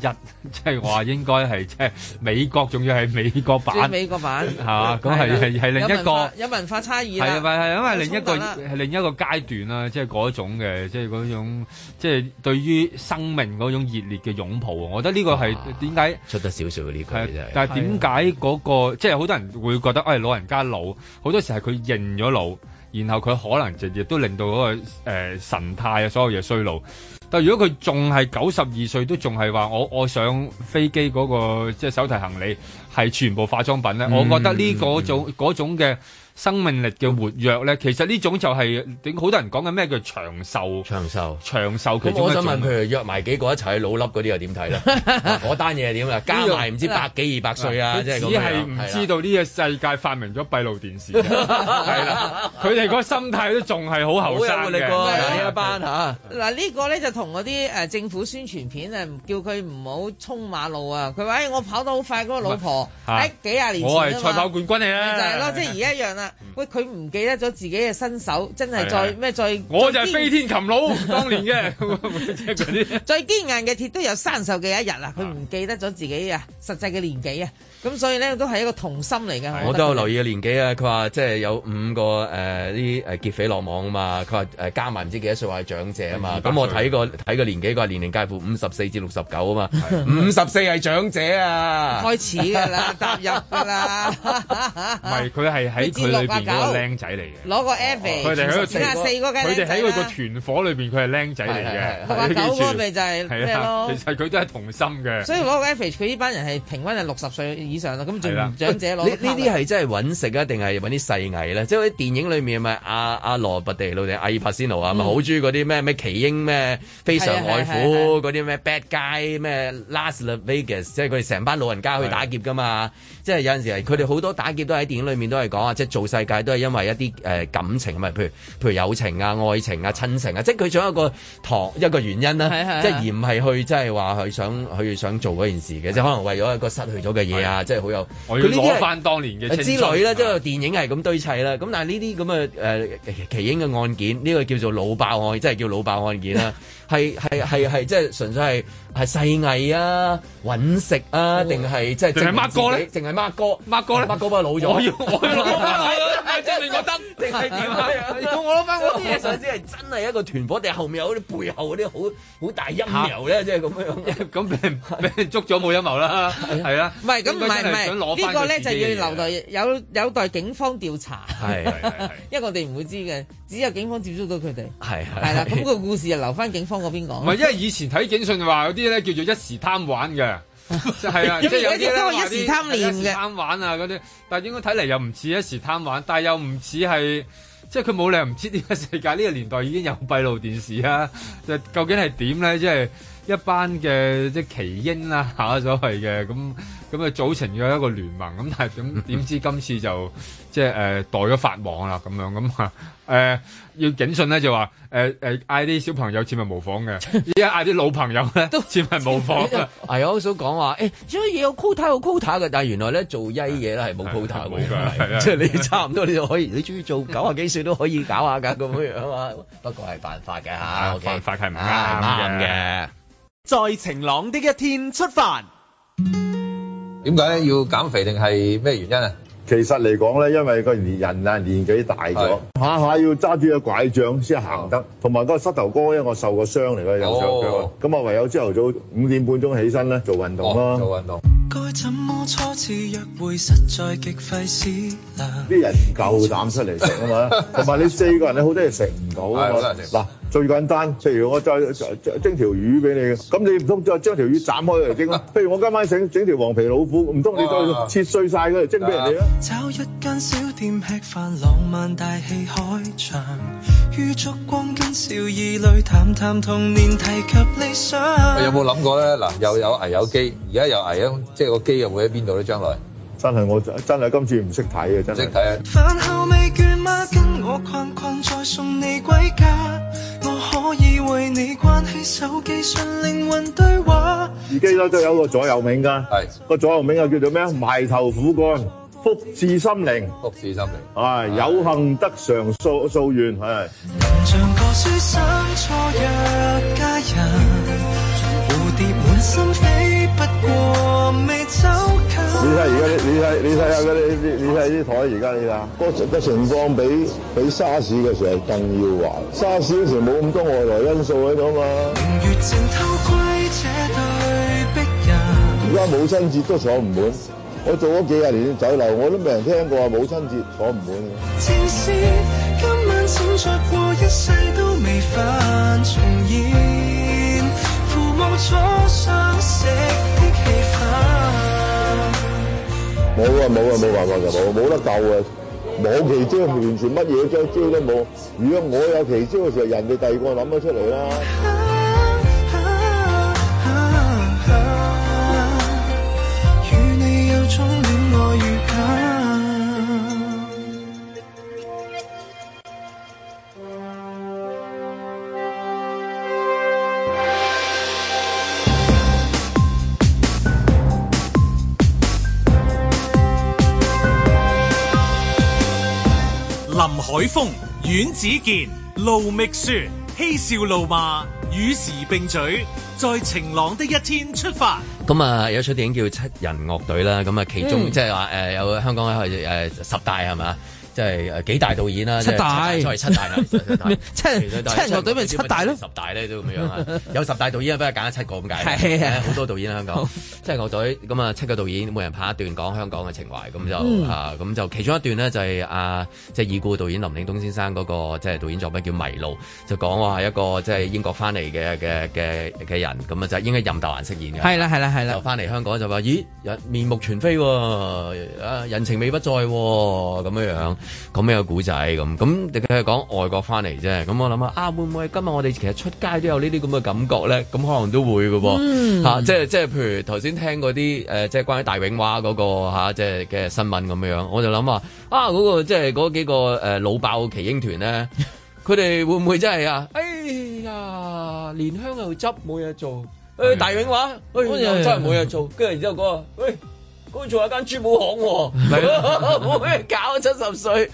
Speaker 3: 即係話應該係即係美國，仲要係美國
Speaker 4: 即係
Speaker 3: 版，
Speaker 4: 美國版
Speaker 3: 係嘛？咁係係係另一
Speaker 4: 啊有文化
Speaker 3: 個。
Speaker 4: 有文化差異
Speaker 3: 係啊，
Speaker 4: 啦，
Speaker 3: 係因為另一個
Speaker 4: 有衝突啦
Speaker 3: 係另一個階段啦，即係嗰種嘅，即係嗰種即係對於生命嗰種熱烈嘅擁抱啊！我覺得呢個係點解
Speaker 2: 出得少少呢
Speaker 3: 個
Speaker 2: 真係
Speaker 3: 但係點解嗰個即係好多人會覺得，誒、老人家老，好多時係佢認咗老，然後佢可能就亦都令到嗰、個、呃、神態啊，所有嘢衰老。但如果佢仲係九十二歲，都仲係話我我上飛機嗰、個即係手提行李係全部化妝品咧，
Speaker 2: 嗯
Speaker 3: 我覺得呢嗰種嗰種嘅生命力嘅活躍咧，其實呢種就係、點好多人講緊咩叫長壽
Speaker 2: 長壽
Speaker 3: 長壽其中一
Speaker 2: 咁
Speaker 3: 種。
Speaker 2: 我想問，譬如約埋幾個一齊去老笠嗰啲又點睇咧？嗰單嘢係點啊？加埋唔知百幾二百歲啊！
Speaker 3: 佢
Speaker 2: 即係咁
Speaker 3: 只係唔
Speaker 2: 樣
Speaker 3: 知道呢個世界發明咗閉路
Speaker 4: (laughs)
Speaker 3: 電視，係啦，佢哋個心態都仲係好後生
Speaker 2: 好有活力
Speaker 3: 嘅。啊
Speaker 2: 喎嗱呢一班嚇
Speaker 4: 啊嗱呢個咧就同嗰啲誒政府宣傳片啊，叫佢唔好衝馬路啊。佢話：，誒我跑得好快，嗰個老婆
Speaker 3: 嚇
Speaker 4: 喺幾廿年前
Speaker 3: 我係
Speaker 4: 啊嘛
Speaker 3: 賽跑冠軍嚟
Speaker 4: 咪
Speaker 3: 啊！
Speaker 4: (laughs) 就係咯，即係而家一樣啦。喂，佢唔記得咗自己嘅身手，真係
Speaker 3: 嗯係
Speaker 4: 再
Speaker 3: 係
Speaker 4: 咩再
Speaker 3: 我就
Speaker 4: 再
Speaker 3: 係
Speaker 4: 堅
Speaker 3: 飛天擒佬，當年
Speaker 4: (laughs)
Speaker 3: 嘅即係嗰啲。
Speaker 4: 最堅硬嘅鐵都有生鏽嘅一日啊！佢唔記得咗自己啊實際嘅年紀啊，咁所以咧都係一個啊童心嚟嘅。
Speaker 2: 我都有留
Speaker 4: 意。
Speaker 2: 意個年紀啊！佢話即係有五個誒呃啲誒劫匪落網啊嘛，佢話誒加埋唔知幾多歲話係長者啊
Speaker 15: 200
Speaker 2: 嘛。咁我睇過睇個年紀，佢話年齡介乎五十四至六十九啊嘛，五十四係長者啊，
Speaker 4: (laughs) 開始㗎
Speaker 3: (laughs)
Speaker 4: 啦，踏入㗎啦，
Speaker 3: 唔係佢係喺佢裏邊嗰個僆仔嚟嘅。
Speaker 4: 攞個 average，
Speaker 3: 佢哋喺個
Speaker 4: 四
Speaker 3: 團
Speaker 4: 啊四個梗
Speaker 3: 佢
Speaker 4: 係
Speaker 3: 哋
Speaker 4: 靚仔
Speaker 3: 喺佢個
Speaker 4: 啦。
Speaker 3: 團
Speaker 4: 係係係
Speaker 3: 伙裏邊，佢係僆仔嚟嘅。你記
Speaker 4: 六啊
Speaker 3: 住
Speaker 4: 九嗰個咪就係咩
Speaker 3: 係啊
Speaker 4: 咯
Speaker 3: 其實佢都係童心嘅。
Speaker 4: 所以攞個 average，佢呢班人係平均係六十歲以上啦，咁仲
Speaker 2: 係啦
Speaker 4: 唔長者攞
Speaker 2: 呢呢啲係真係揾食啊，定係揾啲細藝咧？即係啲電影裏面咪阿阿羅拔地路定阿爾帕仙奴啊，咪好中意嗰啲咩咩奇英咩非常愛
Speaker 15: 嗯係啊係
Speaker 2: 虎嗰啲咩 bad guy 咩 Las Vegas，即係佢哋成班老人家去打劫噶嘛。即係有陣時係佢哋好多打劫都喺電影裏面都係講啊，即係做世界都係因為一啲誒、呃感情啊嘛，譬如譬如友情啊、愛情啊、親情啊，即係佢想有一個堂一個原因啦、
Speaker 15: 係係
Speaker 2: 即係
Speaker 15: 係
Speaker 2: 而唔係去即係話佢想佢想做嗰件事嘅，即係可能為咗一個失去咗嘅嘢啊，即係好有
Speaker 3: 我要
Speaker 2: 佢呢啲係呃
Speaker 3: 攞翻當年嘅
Speaker 2: 之
Speaker 3: 青春啊
Speaker 2: 類啦，即係電影係咁堆砌啦。咁但係呢啲咁嘅誒奇英嘅案件，呢個叫做老爆案，真係叫老爆案
Speaker 3: (laughs)
Speaker 2: 件啦。係係係係，即係純粹係係細藝啊、揾食啊，定係即係
Speaker 3: 哦定係孖哥咧
Speaker 2: 淨係孖哥，啊
Speaker 3: 孖哥咧，
Speaker 2: 孖哥幫佢老咗。
Speaker 3: 我要我要攞
Speaker 2: (laughs)
Speaker 3: 翻我嘅，證
Speaker 4: (laughs)
Speaker 3: 明我得定係點啊？ (laughs) 要我攞翻我
Speaker 2: 我想知係真係一個團伙，定係後面有啲背後嗰啲好好大陰謀咧？即係咁
Speaker 3: (laughs)
Speaker 2: 樣。
Speaker 3: 咁俾人俾人捉咗冇陰謀啦，係啊啦。
Speaker 4: 唔係咁啊唔係唔係呢個
Speaker 3: 個
Speaker 4: 咧就要留待有有待警方調查，
Speaker 2: 係係
Speaker 4: 因為我哋唔會知嘅，只有警方接觸到佢哋。
Speaker 2: 係
Speaker 4: 係啦，咁個故事就留翻警方嗰邊講。
Speaker 3: 唔係，因為以前睇警訊話嗰啲咧叫做一時貪
Speaker 4: (laughs)
Speaker 3: 玩嘅，即係啊，
Speaker 4: 咁
Speaker 3: 即係有啲
Speaker 4: 而家點
Speaker 3: 咧
Speaker 4: 解
Speaker 3: 話
Speaker 4: 話
Speaker 3: 啲
Speaker 4: 一時貪念嘅
Speaker 3: 一時貪玩啊嗰啲，但係應該睇嚟又唔似一時貪玩，但係又唔似係。即係佢冇理由唔知呢個世界呢、個年代已經有閉路電視啊！ (laughs) 就究竟係點咧？即係一班嘅即係奇英啦、啊、所謂嘅咁咁啊組成咗一個聯盟咁，
Speaker 2: (laughs)
Speaker 3: 但係咁點知今次就即係誒、呃、代咗法網啦咁樣咁 (laughs) 啊誒要警訊咧就話誒誒嗌啲小朋友切勿模仿嘅，
Speaker 2: (laughs)
Speaker 3: 而家嗌啲老朋友咧都切勿模仿啊！
Speaker 2: 係我想講話，誒、所以有 quota 有 quota 嘅，但係原來咧做曳嘢咧係冇 quota 嘅，
Speaker 15: 係啊
Speaker 2: 即係你差唔多你就可以，你中意做九啊幾歲都可以搞下㗎咁樣樣啊。不過係犯法嘅嚇，啊犯
Speaker 3: 啊法係唔
Speaker 2: 啊啱嘅。
Speaker 5: 在晴朗的一天出發。
Speaker 17: 點解要減肥定係咩原因啊？
Speaker 18: 其實嚟講咧，因為個年人啊年紀大咗，下下要揸住個拐杖先行得，同埋個膝頭哥，因為我受過傷嚟嘅右上
Speaker 17: 哦
Speaker 18: 腳，咁啊唯有朝頭早五點半鐘起身咧做運動咯。
Speaker 17: 做運動。
Speaker 19: 該怎麼初次約會，實在極費事。
Speaker 18: 啲人唔夠膽出嚟食啊嘛，同埋你四個人咧好多嘢食唔到啊
Speaker 17: 係
Speaker 18: 嘛
Speaker 17: 好多人食。
Speaker 18: 嗱，最簡單，譬如我再再蒸條魚俾你，咁你唔通再將條魚斬開嚟蒸啊？譬如我今晚整整條黃皮老虎，唔通你
Speaker 19: 哇
Speaker 18: 再切碎晒佢嚟蒸俾人哋啊？
Speaker 19: 找一間小店吃飯，浪漫大戲開場，於燭光跟笑意裏談談童年，提及理想。
Speaker 17: 有冇諗過咧？嗱，又有危有機，而家有危咁，即係個機又會喺邊度咧？將來
Speaker 18: 真係我真係今次唔識睇啊！真係唔識
Speaker 17: 睇啊！
Speaker 19: 飯後未倦嗎？跟我逛逛，再送你歸家。我可以為你關起手機，純靈魂對話。
Speaker 18: 自己咧都有個左右銘㗎，個左右銘啊叫做咩啊？埋頭苦幹，福至心靈，
Speaker 17: 福至心靈，
Speaker 18: 係有幸得償夙夙願，係。
Speaker 19: 像個書生錯約佳人，蝴蝶滿心飛，不過未走
Speaker 18: 你睇而家啲，你睇你睇下嗰啲，你睇啲台而家你睇下，個個情況比比沙士嘅時候更要壞。沙士嗰時冇咁多外來因素喺度嘛，
Speaker 19: 近，月正偷窺這對璧人。
Speaker 18: 而家母親節都坐唔滿。我做咗幾廿年酒樓，我都未人聽過話母親節坐唔滿嘅。
Speaker 19: 正是今晚閃爍過，一世都未法重現。父母初相識的氣氛，
Speaker 18: 冇啊冇啊冇辦法㗎，冇冇得救啊！冇奇招，完全乜嘢招招都冇。如果我有奇招嘅時候，人哋第二個諗咗出嚟啦。
Speaker 19: 啊與你有種戀愛預感。
Speaker 1: 林海峰、阮子健、路觅雪，嬉笑怒罵，與時並舉，在晴朗的一天出發。
Speaker 2: 咁啊，有出電影叫《七人樂隊》啦，咁啊，其中
Speaker 1: 嗯
Speaker 2: 即係話誒有香港係誒十大係嘛，即係誒幾大導演啦，
Speaker 4: 七大
Speaker 2: 即係
Speaker 4: (laughs)
Speaker 2: 七大
Speaker 4: 七人七人樂隊咪七大咯
Speaker 2: 十大咧都咁樣
Speaker 4: (laughs)
Speaker 2: 啊，有十大導演不過揀咗七個咁解，
Speaker 4: 係啊
Speaker 2: 好多導演喺香港，即係樂隊咁啊，七個導演每人拍一段講香港嘅情懷，咁
Speaker 15: 嗯
Speaker 2: 就啊咁就其中一段呢，就係啊即係已故導演林嶺東先生嗰個即係導演作品叫《迷路》，就講話一個即係英國翻嚟嘅嘅嘅嘅人，咁啊就應該任達華飾演嘅。
Speaker 4: 係啦係啦係啦
Speaker 2: 就翻嚟香港就話：咦，人面目全非喎、啊，人情味不在喎、咁樣樣，咁樣嘅古仔咁。咁你佢係講外國翻嚟啫，咁我諗下啊，會唔會今日我哋其實出街都有呢啲咁嘅感覺咧？咁可能都會嘅喎、
Speaker 15: 嗯
Speaker 2: 嚇即係即係譬如頭先聽嗰啲誒，即係關於大永華嗰、個、嚇即係嘅新聞咁樣，我就諗話啊，嗰、個即係嗰幾個誒、老爆奇英團咧。佢哋會唔會真係啊？哎呀，蓮香又執冇嘢做，誒大永華，誒又真係冇嘢做，跟住然之後嗰個，喂，嗰度仲有間珠寶行喎， (laughs) 冇咩搞，七十歲，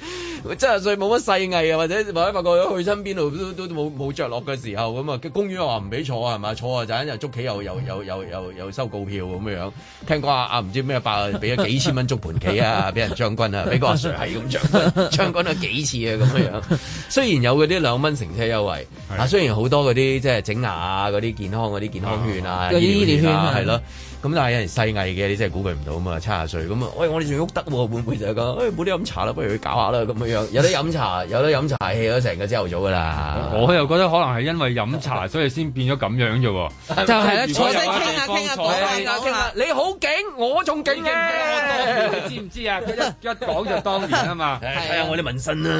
Speaker 2: 七十歲冇乜細藝啊，或者或者發覺去親邊度都都都冇冇著落嘅時候咁啊，公園又話唔俾坐啊，係嘛，坐啊陣又捉棋又又又又又又收告票咁樣樣，聽講啊啊唔知咩百俾咗幾千蚊捉盤棋啊， (laughs) 俾人將軍啊，俾個阿 Sir 係咁將軍 (laughs) 將軍咗幾次啊咁樣樣。雖然有嗰啲兩蚊乘車優惠，啊雖然好多嗰啲即係整牙啊嗰啲健康嗰啲健康券啊，
Speaker 4: 嗰啲醫療券啊
Speaker 2: 係咯。咁但係有人細藝嘅，你真係估佢唔到啊嘛，七廿歲咁啊，喂，我哋仲喐得喎，會唔會就係 (laughs) 講，哎誒冇得飲茶啦，不如去搞下啦咁樣樣，有得飲 (laughs) 茶，有得飲茶氣咗成個朝頭早噶啦。
Speaker 3: 我又覺得可能係因為飲茶，所以先變咗咁樣啫喎。
Speaker 2: (laughs) 就係啦
Speaker 3: 如
Speaker 2: 坐
Speaker 3: 果有一
Speaker 2: 低
Speaker 3: 個
Speaker 2: 傾
Speaker 3: 地
Speaker 2: 下
Speaker 3: 方
Speaker 2: 傾下
Speaker 3: 坐低
Speaker 2: 講下傾下你好勁，我仲勁
Speaker 3: 你知唔知啊？佢一一講就當年啊嘛。
Speaker 2: 睇下我啲紋身 (laughs) 啦，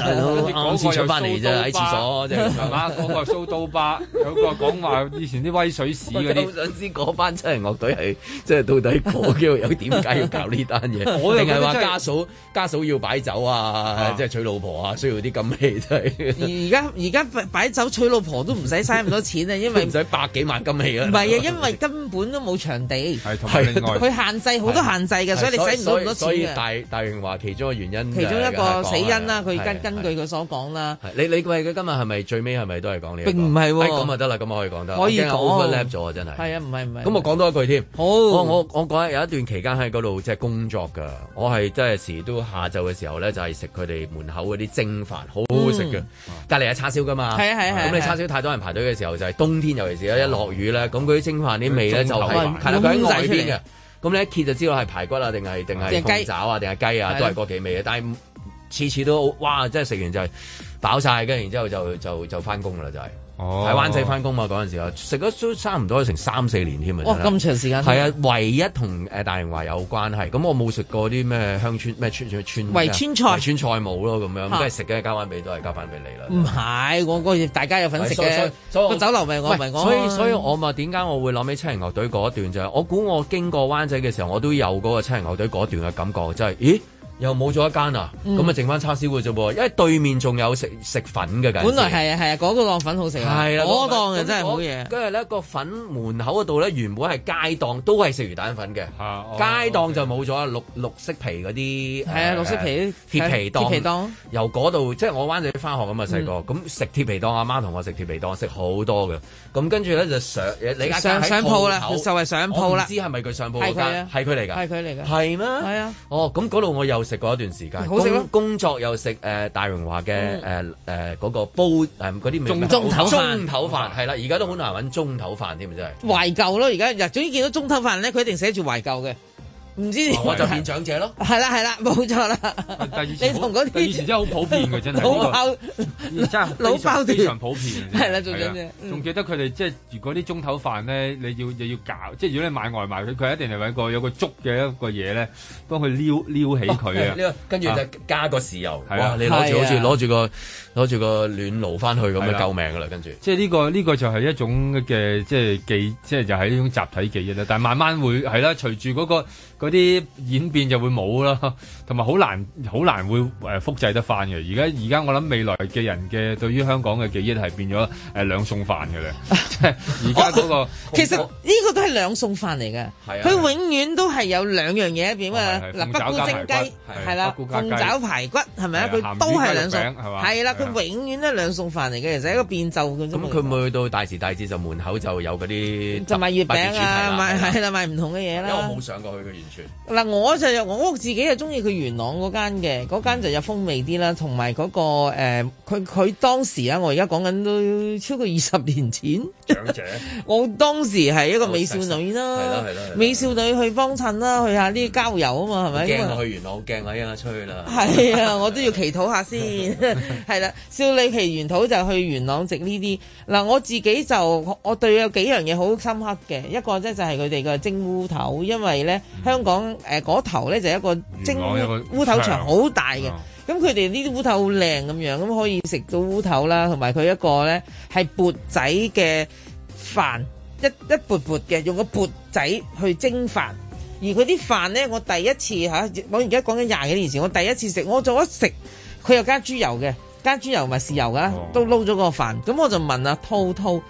Speaker 2: 大佬啱先出翻嚟啫，喺廁所 (laughs) 即係
Speaker 3: 係嘛？嗰個蘇刀疤，有個講話以前啲威水史
Speaker 2: 我
Speaker 3: 嗰
Speaker 2: 就好
Speaker 3: 啲。
Speaker 2: 想知嗰班七人樂隊係即係到底嗰幾有點解要搞呢單嘢？ (laughs)
Speaker 3: 我就
Speaker 2: 定
Speaker 3: 覺得
Speaker 2: 係話
Speaker 3: 真係
Speaker 2: 家嫂家嫂要擺酒啊，即係娶老婆啊，需要啲咁氣真係。
Speaker 4: 而家而家擺擺酒娶老婆都唔使嘥咁多錢啊，因為
Speaker 2: 唔使百幾萬金器啊！
Speaker 4: 唔係啊，
Speaker 2: (laughs)
Speaker 4: 因為根本都冇場地，
Speaker 2: (laughs) 係同埋另
Speaker 4: (laughs)
Speaker 2: 外
Speaker 4: 佢限制好多限制嘅，所以你使唔到咁多錢
Speaker 2: 所以
Speaker 4: 嘅。
Speaker 2: 大大榮華其中嘅原因，
Speaker 4: 其中一個死因啦，佢根根據佢所講啦，
Speaker 2: 係你你喂佢今日係咪最尾係咪都係講呢一個？
Speaker 4: 並唔係喎
Speaker 2: 哎咁啊得啦，咁啊可以講得啦，
Speaker 4: 可以
Speaker 2: 我驚我
Speaker 4: 講
Speaker 2: overlap 咗啊，真係。
Speaker 4: 係啊，唔係唔係。
Speaker 2: 咁我講多一句添。
Speaker 4: 好，
Speaker 15: 嗯
Speaker 2: 我哦我我嗰日有一段期間喺嗰度即係工作㗎，我係即係時都下晝嘅時候咧，就係食佢哋門口嗰啲蒸飯，好好食嘅
Speaker 15: 嗯。
Speaker 2: 隔離有叉燒㗎嘛，
Speaker 15: 係啊係啊係啊
Speaker 2: 咁你叉燒太多人排隊嘅時候，就係冬天尤其是一落雨咧，咁佢啲蒸飯啲味咧就係
Speaker 15: 嗯
Speaker 2: 係啦，佢喺外
Speaker 15: 湧晒出
Speaker 2: 邊
Speaker 15: 嚟
Speaker 2: 嘅。咁你一揭就知道係排骨啊，定係定係
Speaker 15: 定係雞
Speaker 2: 鳳爪啊，定係雞
Speaker 15: 係
Speaker 2: 啊，
Speaker 15: 啦
Speaker 2: 都係嗰幾味嘅。但係次次都哇，真係食完就係飽晒，跟住然之後就就就翻工㗎啦，就係。
Speaker 3: 哦
Speaker 2: 喺灣仔翻工嘛，嗰陣時啊，食咗都差唔多成三四年添啊！
Speaker 4: 哇
Speaker 2: 真係
Speaker 4: 咁長時間
Speaker 2: 係啊，唯一同誒大型華有關係。咁我冇食過啲咩鄉村咩村村村
Speaker 4: 圍村菜
Speaker 2: 圍村菜冇咯咁樣，
Speaker 4: 嚇
Speaker 2: 咁梗係食嘅交翻俾都係交翻俾你啦。
Speaker 4: 唔係，我個大家有份食
Speaker 2: 所以所
Speaker 4: 嘅
Speaker 2: 以所以，我
Speaker 4: 個酒樓咪我
Speaker 2: 喂
Speaker 4: 咪我。
Speaker 2: 所以所以我咪點解我會諗起七人樂隊嗰一段就係，我估我經過灣仔嘅時候，我都有嗰個七人樂隊嗰段嘅感覺，真係，咦？又冇咗一間啊，
Speaker 4: 嗯
Speaker 2: 咁啊剩翻叉燒嘅啫噃，因為對面仲有食食粉嘅，緊
Speaker 4: 本來係啊係啊，嗰個浪粉好食啊，
Speaker 2: 係啦
Speaker 4: 嗰
Speaker 2: 個
Speaker 4: 檔
Speaker 2: 粉
Speaker 4: 就真係好
Speaker 2: 咁
Speaker 4: 嘢
Speaker 2: 嗰。跟住咧個粉門口嗰度咧，原本係街檔，都係食魚蛋粉嘅。
Speaker 3: 哦
Speaker 2: (laughs) 街檔就冇咗啦，綠綠色皮嗰啲
Speaker 4: 哦係啊
Speaker 2: 誒
Speaker 4: 綠色皮啲
Speaker 2: 鐵皮檔，
Speaker 4: 鐵皮檔
Speaker 2: 由嗰度即係我灣仔翻學咁啊細
Speaker 4: 嗯
Speaker 2: 個，咁食鐵皮檔，阿媽同我食鐵皮檔，食好多嘅。咁跟住咧就上你家
Speaker 4: 嗯上上鋪啦就係
Speaker 2: 係
Speaker 4: 上鋪啦
Speaker 2: 知係咪佢上鋪
Speaker 4: 係
Speaker 2: 嗰
Speaker 4: 佢啊
Speaker 2: 間？係佢嚟㗎，
Speaker 4: 係佢嚟㗎
Speaker 2: 係咩？
Speaker 4: 係啊。
Speaker 2: 哦，咁嗰度我又食過一段時間，
Speaker 4: 好食啊嗯咯
Speaker 2: 工工作又食誒大榮華嘅誒誒嗰個煲誒嗰啲咩
Speaker 4: 中中頭飯
Speaker 2: 中頭飯係啦，而家都好難揾中頭飯添，真係。
Speaker 4: 懷舊咯，而家嗱，總之見到中頭飯咧，佢一定寫住懷舊嘅，唔知點解
Speaker 2: 我就變長者咯。
Speaker 4: 係啦係啦，冇錯啦。你同嗰啲
Speaker 3: 以前真係好普遍嘅，真係呢個
Speaker 4: 老炮
Speaker 3: 真係
Speaker 4: 老包
Speaker 3: 非常
Speaker 4: 段
Speaker 3: 非常普遍嘅。
Speaker 4: 係啦做緊啫
Speaker 3: 係啊
Speaker 4: 嗯
Speaker 3: 仲記得佢哋即係如果啲中頭飯咧，你要你要搞，即係如果你買外賣，佢佢一定係揾個有個粥嘅一個嘢咧，幫佢撩撩起佢啊
Speaker 2: 呢個。跟住就加個豉油，
Speaker 3: 係啊
Speaker 2: 哇！你攞住
Speaker 3: 係啊
Speaker 2: 好似攞住個攞住個暖爐翻去咁
Speaker 3: 係
Speaker 2: 就
Speaker 3: 啦
Speaker 2: 救命噶啦，跟住。
Speaker 3: 即係呢、個呢、個就係一種嘅即係記，即係就係一種集體記憶啦。但係慢慢會係啦，隨住嗰、個嗰啲演變就會冇啦，同埋好難好難會誒、呃、複製得翻嘅。而家而家我諗未來嘅人嘅對於香港嘅記憶係變咗誒、呃、兩餸飯嘅咧， (laughs) 即係而家
Speaker 4: (laughs)
Speaker 3: 嗰個
Speaker 4: 其實呢個都係兩餸飯嚟嘅，
Speaker 3: 係啊
Speaker 4: 佢永遠都係有兩樣嘢入邊啊
Speaker 3: 係係，
Speaker 4: 嗱
Speaker 3: 鳳
Speaker 4: 北
Speaker 3: 爪
Speaker 4: 菇
Speaker 3: 加
Speaker 4: 蒸雞
Speaker 3: 排骨係
Speaker 4: 係啦，
Speaker 3: 北菇加雞
Speaker 4: 鳳爪排骨係咪啊？
Speaker 2: 係啊
Speaker 4: 佢都係
Speaker 2: 鹹魚
Speaker 4: 兩
Speaker 2: 雞肉
Speaker 4: 餸，
Speaker 2: 餅係嘛
Speaker 4: 係啦，
Speaker 2: 係啊
Speaker 4: 佢永遠都係兩餸飯嚟嘅，其實係一個變奏嘅啫嘛
Speaker 2: 咁佢會去到大時大節就門口就有嗰啲
Speaker 4: 就賣月
Speaker 2: 特別主
Speaker 4: 餅
Speaker 2: 題
Speaker 4: 啊，
Speaker 2: 啦
Speaker 4: 賣
Speaker 2: 係啦
Speaker 4: 係啦，賣唔同嘅嘢
Speaker 2: (laughs) 因為我
Speaker 4: 啦。
Speaker 2: 冇上過去嘅完全。
Speaker 4: 嗱，我就我自己就中意佢元朗嗰間嘅，嗰間就有風味啲啦，同埋嗰個誒，佢佢當時啊，我而家講緊都超過二十年前，
Speaker 2: 長
Speaker 3: (laughs)
Speaker 2: 者
Speaker 4: 我當時係一個美少女啦，
Speaker 2: 係啦係啦係啦
Speaker 4: 美少女去幫襯啦，去下啲郊遊啊嘛，係咪？
Speaker 2: 驚我去元朗，好驚啊我一陣間出去啦。
Speaker 4: 係啊，我都要祈禱下先。係
Speaker 2: (laughs)
Speaker 4: 啦，少女祈完禱就去元朗食呢啲。嗱，我自己就我對有幾樣嘢好深刻嘅，一個咧就係佢哋嘅蒸烏頭，因為咧香
Speaker 2: 嗯
Speaker 4: 港誒嗰頭咧就有一個蒸
Speaker 3: 元朗有個
Speaker 4: 烏頭場
Speaker 3: 場
Speaker 4: 好大
Speaker 2: 啊
Speaker 4: 嘅。咁佢哋呢啲烏頭好靚咁樣，咁可以食到烏頭啦，同埋佢一個咧係缽仔嘅飯，一一缽缽嘅，用個缽仔去蒸飯。而佢啲飯咧，我第一次嚇、我而家講緊廿幾年前，我第一次食，我做一食，佢又加豬油嘅，加豬油咪豉油噶，都撈咗個飯。咁我就問阿滔滔，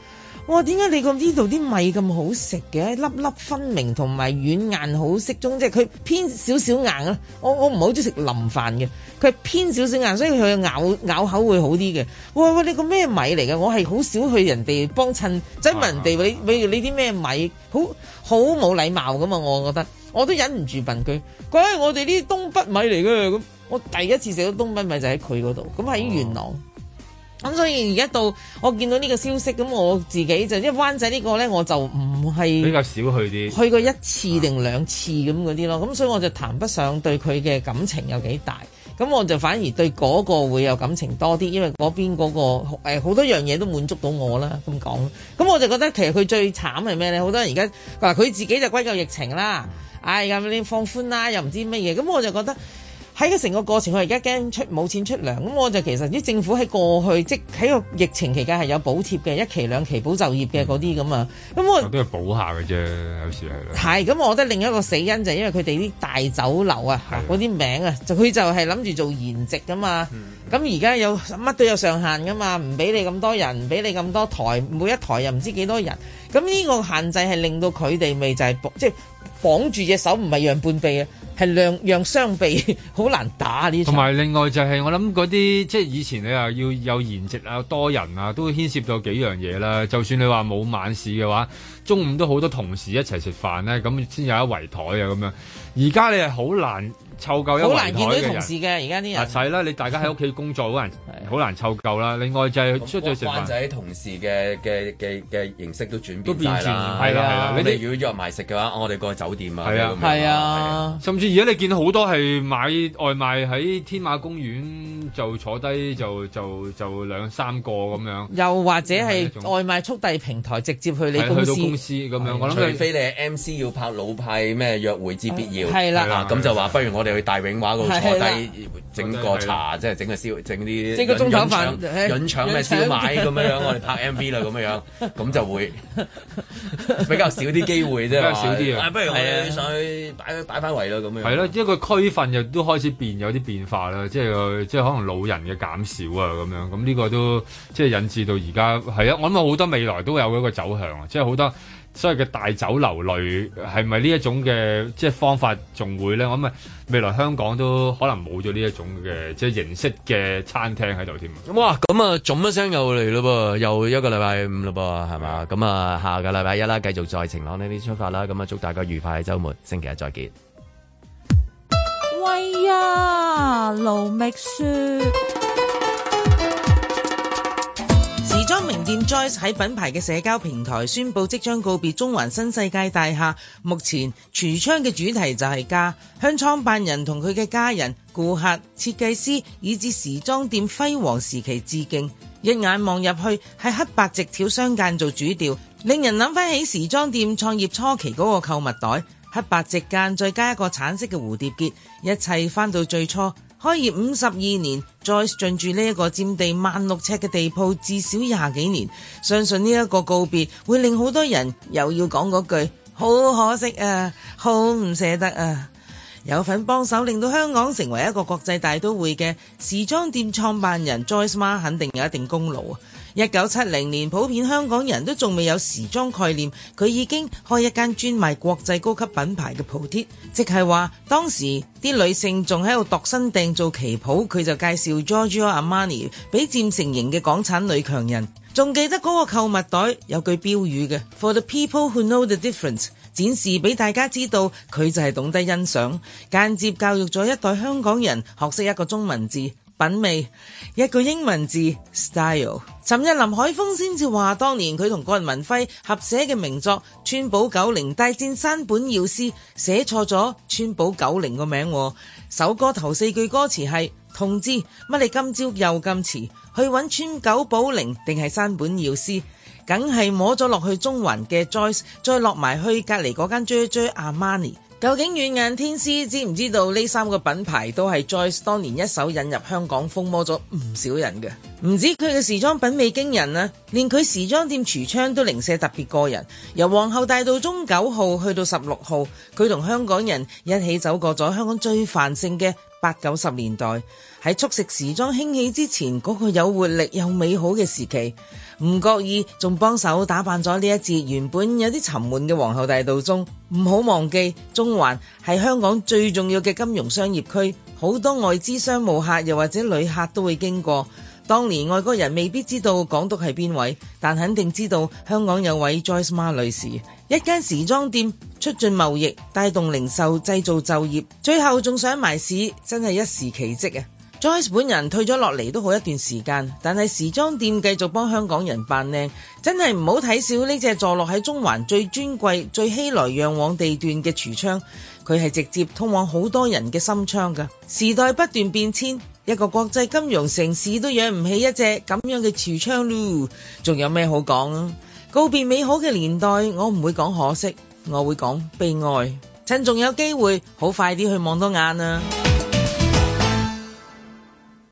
Speaker 4: 我話點解你咁呢度啲米咁好食嘅，粒粒分明同埋軟硬好適中，即係佢偏少少硬啊！我我唔係好中意食腍飯嘅，佢係偏少少硬，所以佢咬咬口會好啲嘅。喂喂，你個咩米嚟嘅？我係好少去人哋幫襯，即係問人哋你你你啲咩米，好好冇禮貌噶嘛，我覺得。我都忍唔住問佢，佢話哎我哋呢啲東北米嚟嘅咁，我第一次食到東北米就喺佢嗰度，咁喺元朗。咁所以而家到我見到呢個消息，咁我自己就因為灣仔呢個呢，我就唔係
Speaker 3: 嗯比較少去啲。
Speaker 4: 去過一次定兩次咁嗰啲咯，咁所以我就談不上對佢嘅感情有幾大，咁我就反而對嗰個會有感情多啲，因為嗰邊嗰、個呃好多樣嘢都滿足到我啦，咁講，咁我就覺得其實佢最慘係咩呢？好多人而家嗱佢自己就歸咎疫情啦，唉咁你放寬啦，又唔知乜嘢，咁我就覺得。喺個成個過程，佢而家驚出冇錢出糧，咁我就其實啲政府喺過去即喺個疫情期間係有補貼嘅，一期兩期保就業嘅嗰啲咁啊，咁我
Speaker 3: 都係補下嘅啫，有時係啦。
Speaker 4: 係，咁我覺得另一個死因就係因為佢哋啲大酒樓啊，嗱嗰啲名啊，就佢就係諗住做筵席噶嘛。咁而家有乜都有上限噶嘛，唔俾你咁多人，唔俾你咁多台，每一台又唔知幾多人。咁呢個限制係令到佢哋咪就係綁即係綁住隻手，唔係讓半臂啊，係讓 (laughs) 讓雙臂，好難打呢
Speaker 3: 同
Speaker 4: 場。
Speaker 3: 埋另外就係、我諗嗰啲即係以前你話要有筵席啊、多人啊，都牽涉到幾樣嘢啦。就算你話冇晚市嘅話，中午都好多同事一齊食飯咧，咁先有一圍台啊咁樣。而家你係好難湊夠一
Speaker 4: 好
Speaker 3: 圍
Speaker 4: 難
Speaker 3: 台
Speaker 4: 見到
Speaker 3: 嘅
Speaker 4: 啲
Speaker 3: 人
Speaker 4: 同。事嘅，而家啲
Speaker 3: 啊，
Speaker 4: 人
Speaker 3: 係啦！你大家喺屋企工作好難好難湊夠啦。另外就係 (laughs) 出咗去食
Speaker 2: 灣
Speaker 3: 飯，
Speaker 2: 仔同事嘅嘅嘅嘅形式都轉
Speaker 3: 都
Speaker 2: 變
Speaker 3: 變
Speaker 2: 晒
Speaker 3: 轉
Speaker 2: 啦，
Speaker 3: 係啦係啦。
Speaker 2: 你
Speaker 3: 你
Speaker 2: 哋
Speaker 3: 哋
Speaker 2: 如果約埋食嘅話，我哋過去酒店啊，
Speaker 3: 係啊
Speaker 2: 咁樣
Speaker 4: 係啊，
Speaker 3: 甚至而家你見好多係買外賣喺天馬公園就坐低就就就兩三個咁樣。
Speaker 4: 又或
Speaker 3: 啊
Speaker 4: 者係外賣速遞平台直接去你
Speaker 3: 係啊
Speaker 4: 公
Speaker 3: 去
Speaker 4: 司
Speaker 3: 到公司咁
Speaker 4: 嗯
Speaker 3: 樣，我諗
Speaker 2: 除非你係 MC 要拍老派咩約會之必要，
Speaker 4: 係啦
Speaker 2: 啊咁就話不如我哋去大永華嗰度坐
Speaker 4: 係啦
Speaker 2: 低整個茶，即係整個燒整啲
Speaker 4: 即係佢中
Speaker 2: 潤
Speaker 4: 頭飯
Speaker 2: 腸
Speaker 4: 誒
Speaker 2: 潤腸咩
Speaker 4: 潤腸
Speaker 2: 燒賣咁樣樣，我哋拍 MV 啦咁樣樣，咁就
Speaker 4: (laughs)
Speaker 2: 會比較少啲機會啫，
Speaker 3: 比較少啲啊
Speaker 2: 話不如我
Speaker 3: 係啊
Speaker 2: 哋上去擺擺翻圍啦咁樣。
Speaker 3: 係咯，因為個區分又都開始變有啲變化啦，即係即係可能老人嘅減少啊咁樣，咁呢個都即係引致到而家係啊，我諗好多未來都有一個走向啊，即係好多所謂嘅大酒樓類係咪呢一種嘅即係方法仲會咧？我諗未來香港都可能冇咗呢一種嘅即係形式嘅餐廳喺度添。
Speaker 2: 哇，咁啊，仲一聲又嚟咯噃，又一個禮拜五咯噃，係嘛？咁啊，下個禮拜一啦，繼續在晴朗呢啲出發啦。咁啊，祝大家愉快嘅週末，星期一再見。
Speaker 20: 喂呀，盧覓雪。
Speaker 4: 時裝名店 Joyce 喺品牌嘅社交平台宣布即將告別中環新世界大廈。目前櫥窗嘅主題就係家，向創辦人同佢嘅家人、顧客、設計師以至時裝店輝煌時期致敬。一眼望入去係黑白直條相間做主調，令人諗翻起時裝店創業初期嗰個購物袋，黑白直間再加一個橙色嘅蝴蝶結，一切翻到最初。 (laughs) 開業五十二年，Joyce 進駐呢一個佔地萬六尺嘅地鋪至少廿幾年，相信呢一個告別會令好多人又要講嗰句好可惜啊，好唔捨得啊！有份幫手令到香港成為一個國際大都會嘅時裝店創辦人 Joyce Ma 肯定有一定功勞啊！一九七零年，普遍香港人都仲未有時裝概念，佢已經開一間專賣國際高級品牌嘅鋪貼，即係話當時啲女性仲喺度度身訂做旗袍，佢就介紹 Giorgio Armani 俾漸成型嘅港產女強人。仲記得嗰個購物袋有句標語嘅，For the people who know the difference，展示俾大家知道佢就係懂得欣賞，間接教育咗一代香港人學識一個中文字品味，一個英文字 style。尋日林海峰先至話，當年佢同葛民輝合寫嘅名作《川寶九零大戰山本耀司》寫錯咗川寶九零個名喎，首歌頭四句歌詞係。同志，乜你今朝又咁遲去揾川久保玲定係山本耀司？梗係摸咗落去中環嘅 Joyce，再落埋去隔離嗰間 J J Armani。究竟軟硬天師知唔知道呢三個品牌都係 Joyce 當年一手引入香港，風魔咗唔少人嘅？唔止佢嘅時裝品味驚人啊，連佢時裝店櫥窗都零舍特別過人。由皇后大道中九號去到十六號，佢同香港人一起走過咗香港最繁盛嘅八九十年代喺速食時裝興起之前，嗰、個有活力又美好嘅時期，唔覺意仲幫手打扮咗呢一節原本有啲沉悶嘅皇后大道中。唔好忘記，中環係香港最重要嘅金融商業區，好多外資商務客又或者旅客都會經過。當年外國人未必知道港督係邊位，但肯定知道香港有位 Joyce Ma 女士。一間時裝店促進貿易，帶動零售、製造就業，最後仲上埋市，真係一時奇蹟啊！Joyce 本人退咗落嚟都好一段時間，但係時裝店繼續幫香港人扮靚，真係唔好睇少呢隻坐落喺中環最尊貴、最熙來攘往地段嘅櫥窗，佢係直接通往好多人嘅心窗㗎。時代不斷變遷，一個國際金融城市都養唔起一隻咁樣嘅櫥窗嚕，仲有咩好講啊？告別美好嘅年代，我唔會講可惜，我會講悲哀。趁仲有機會，好快啲去望多眼啊！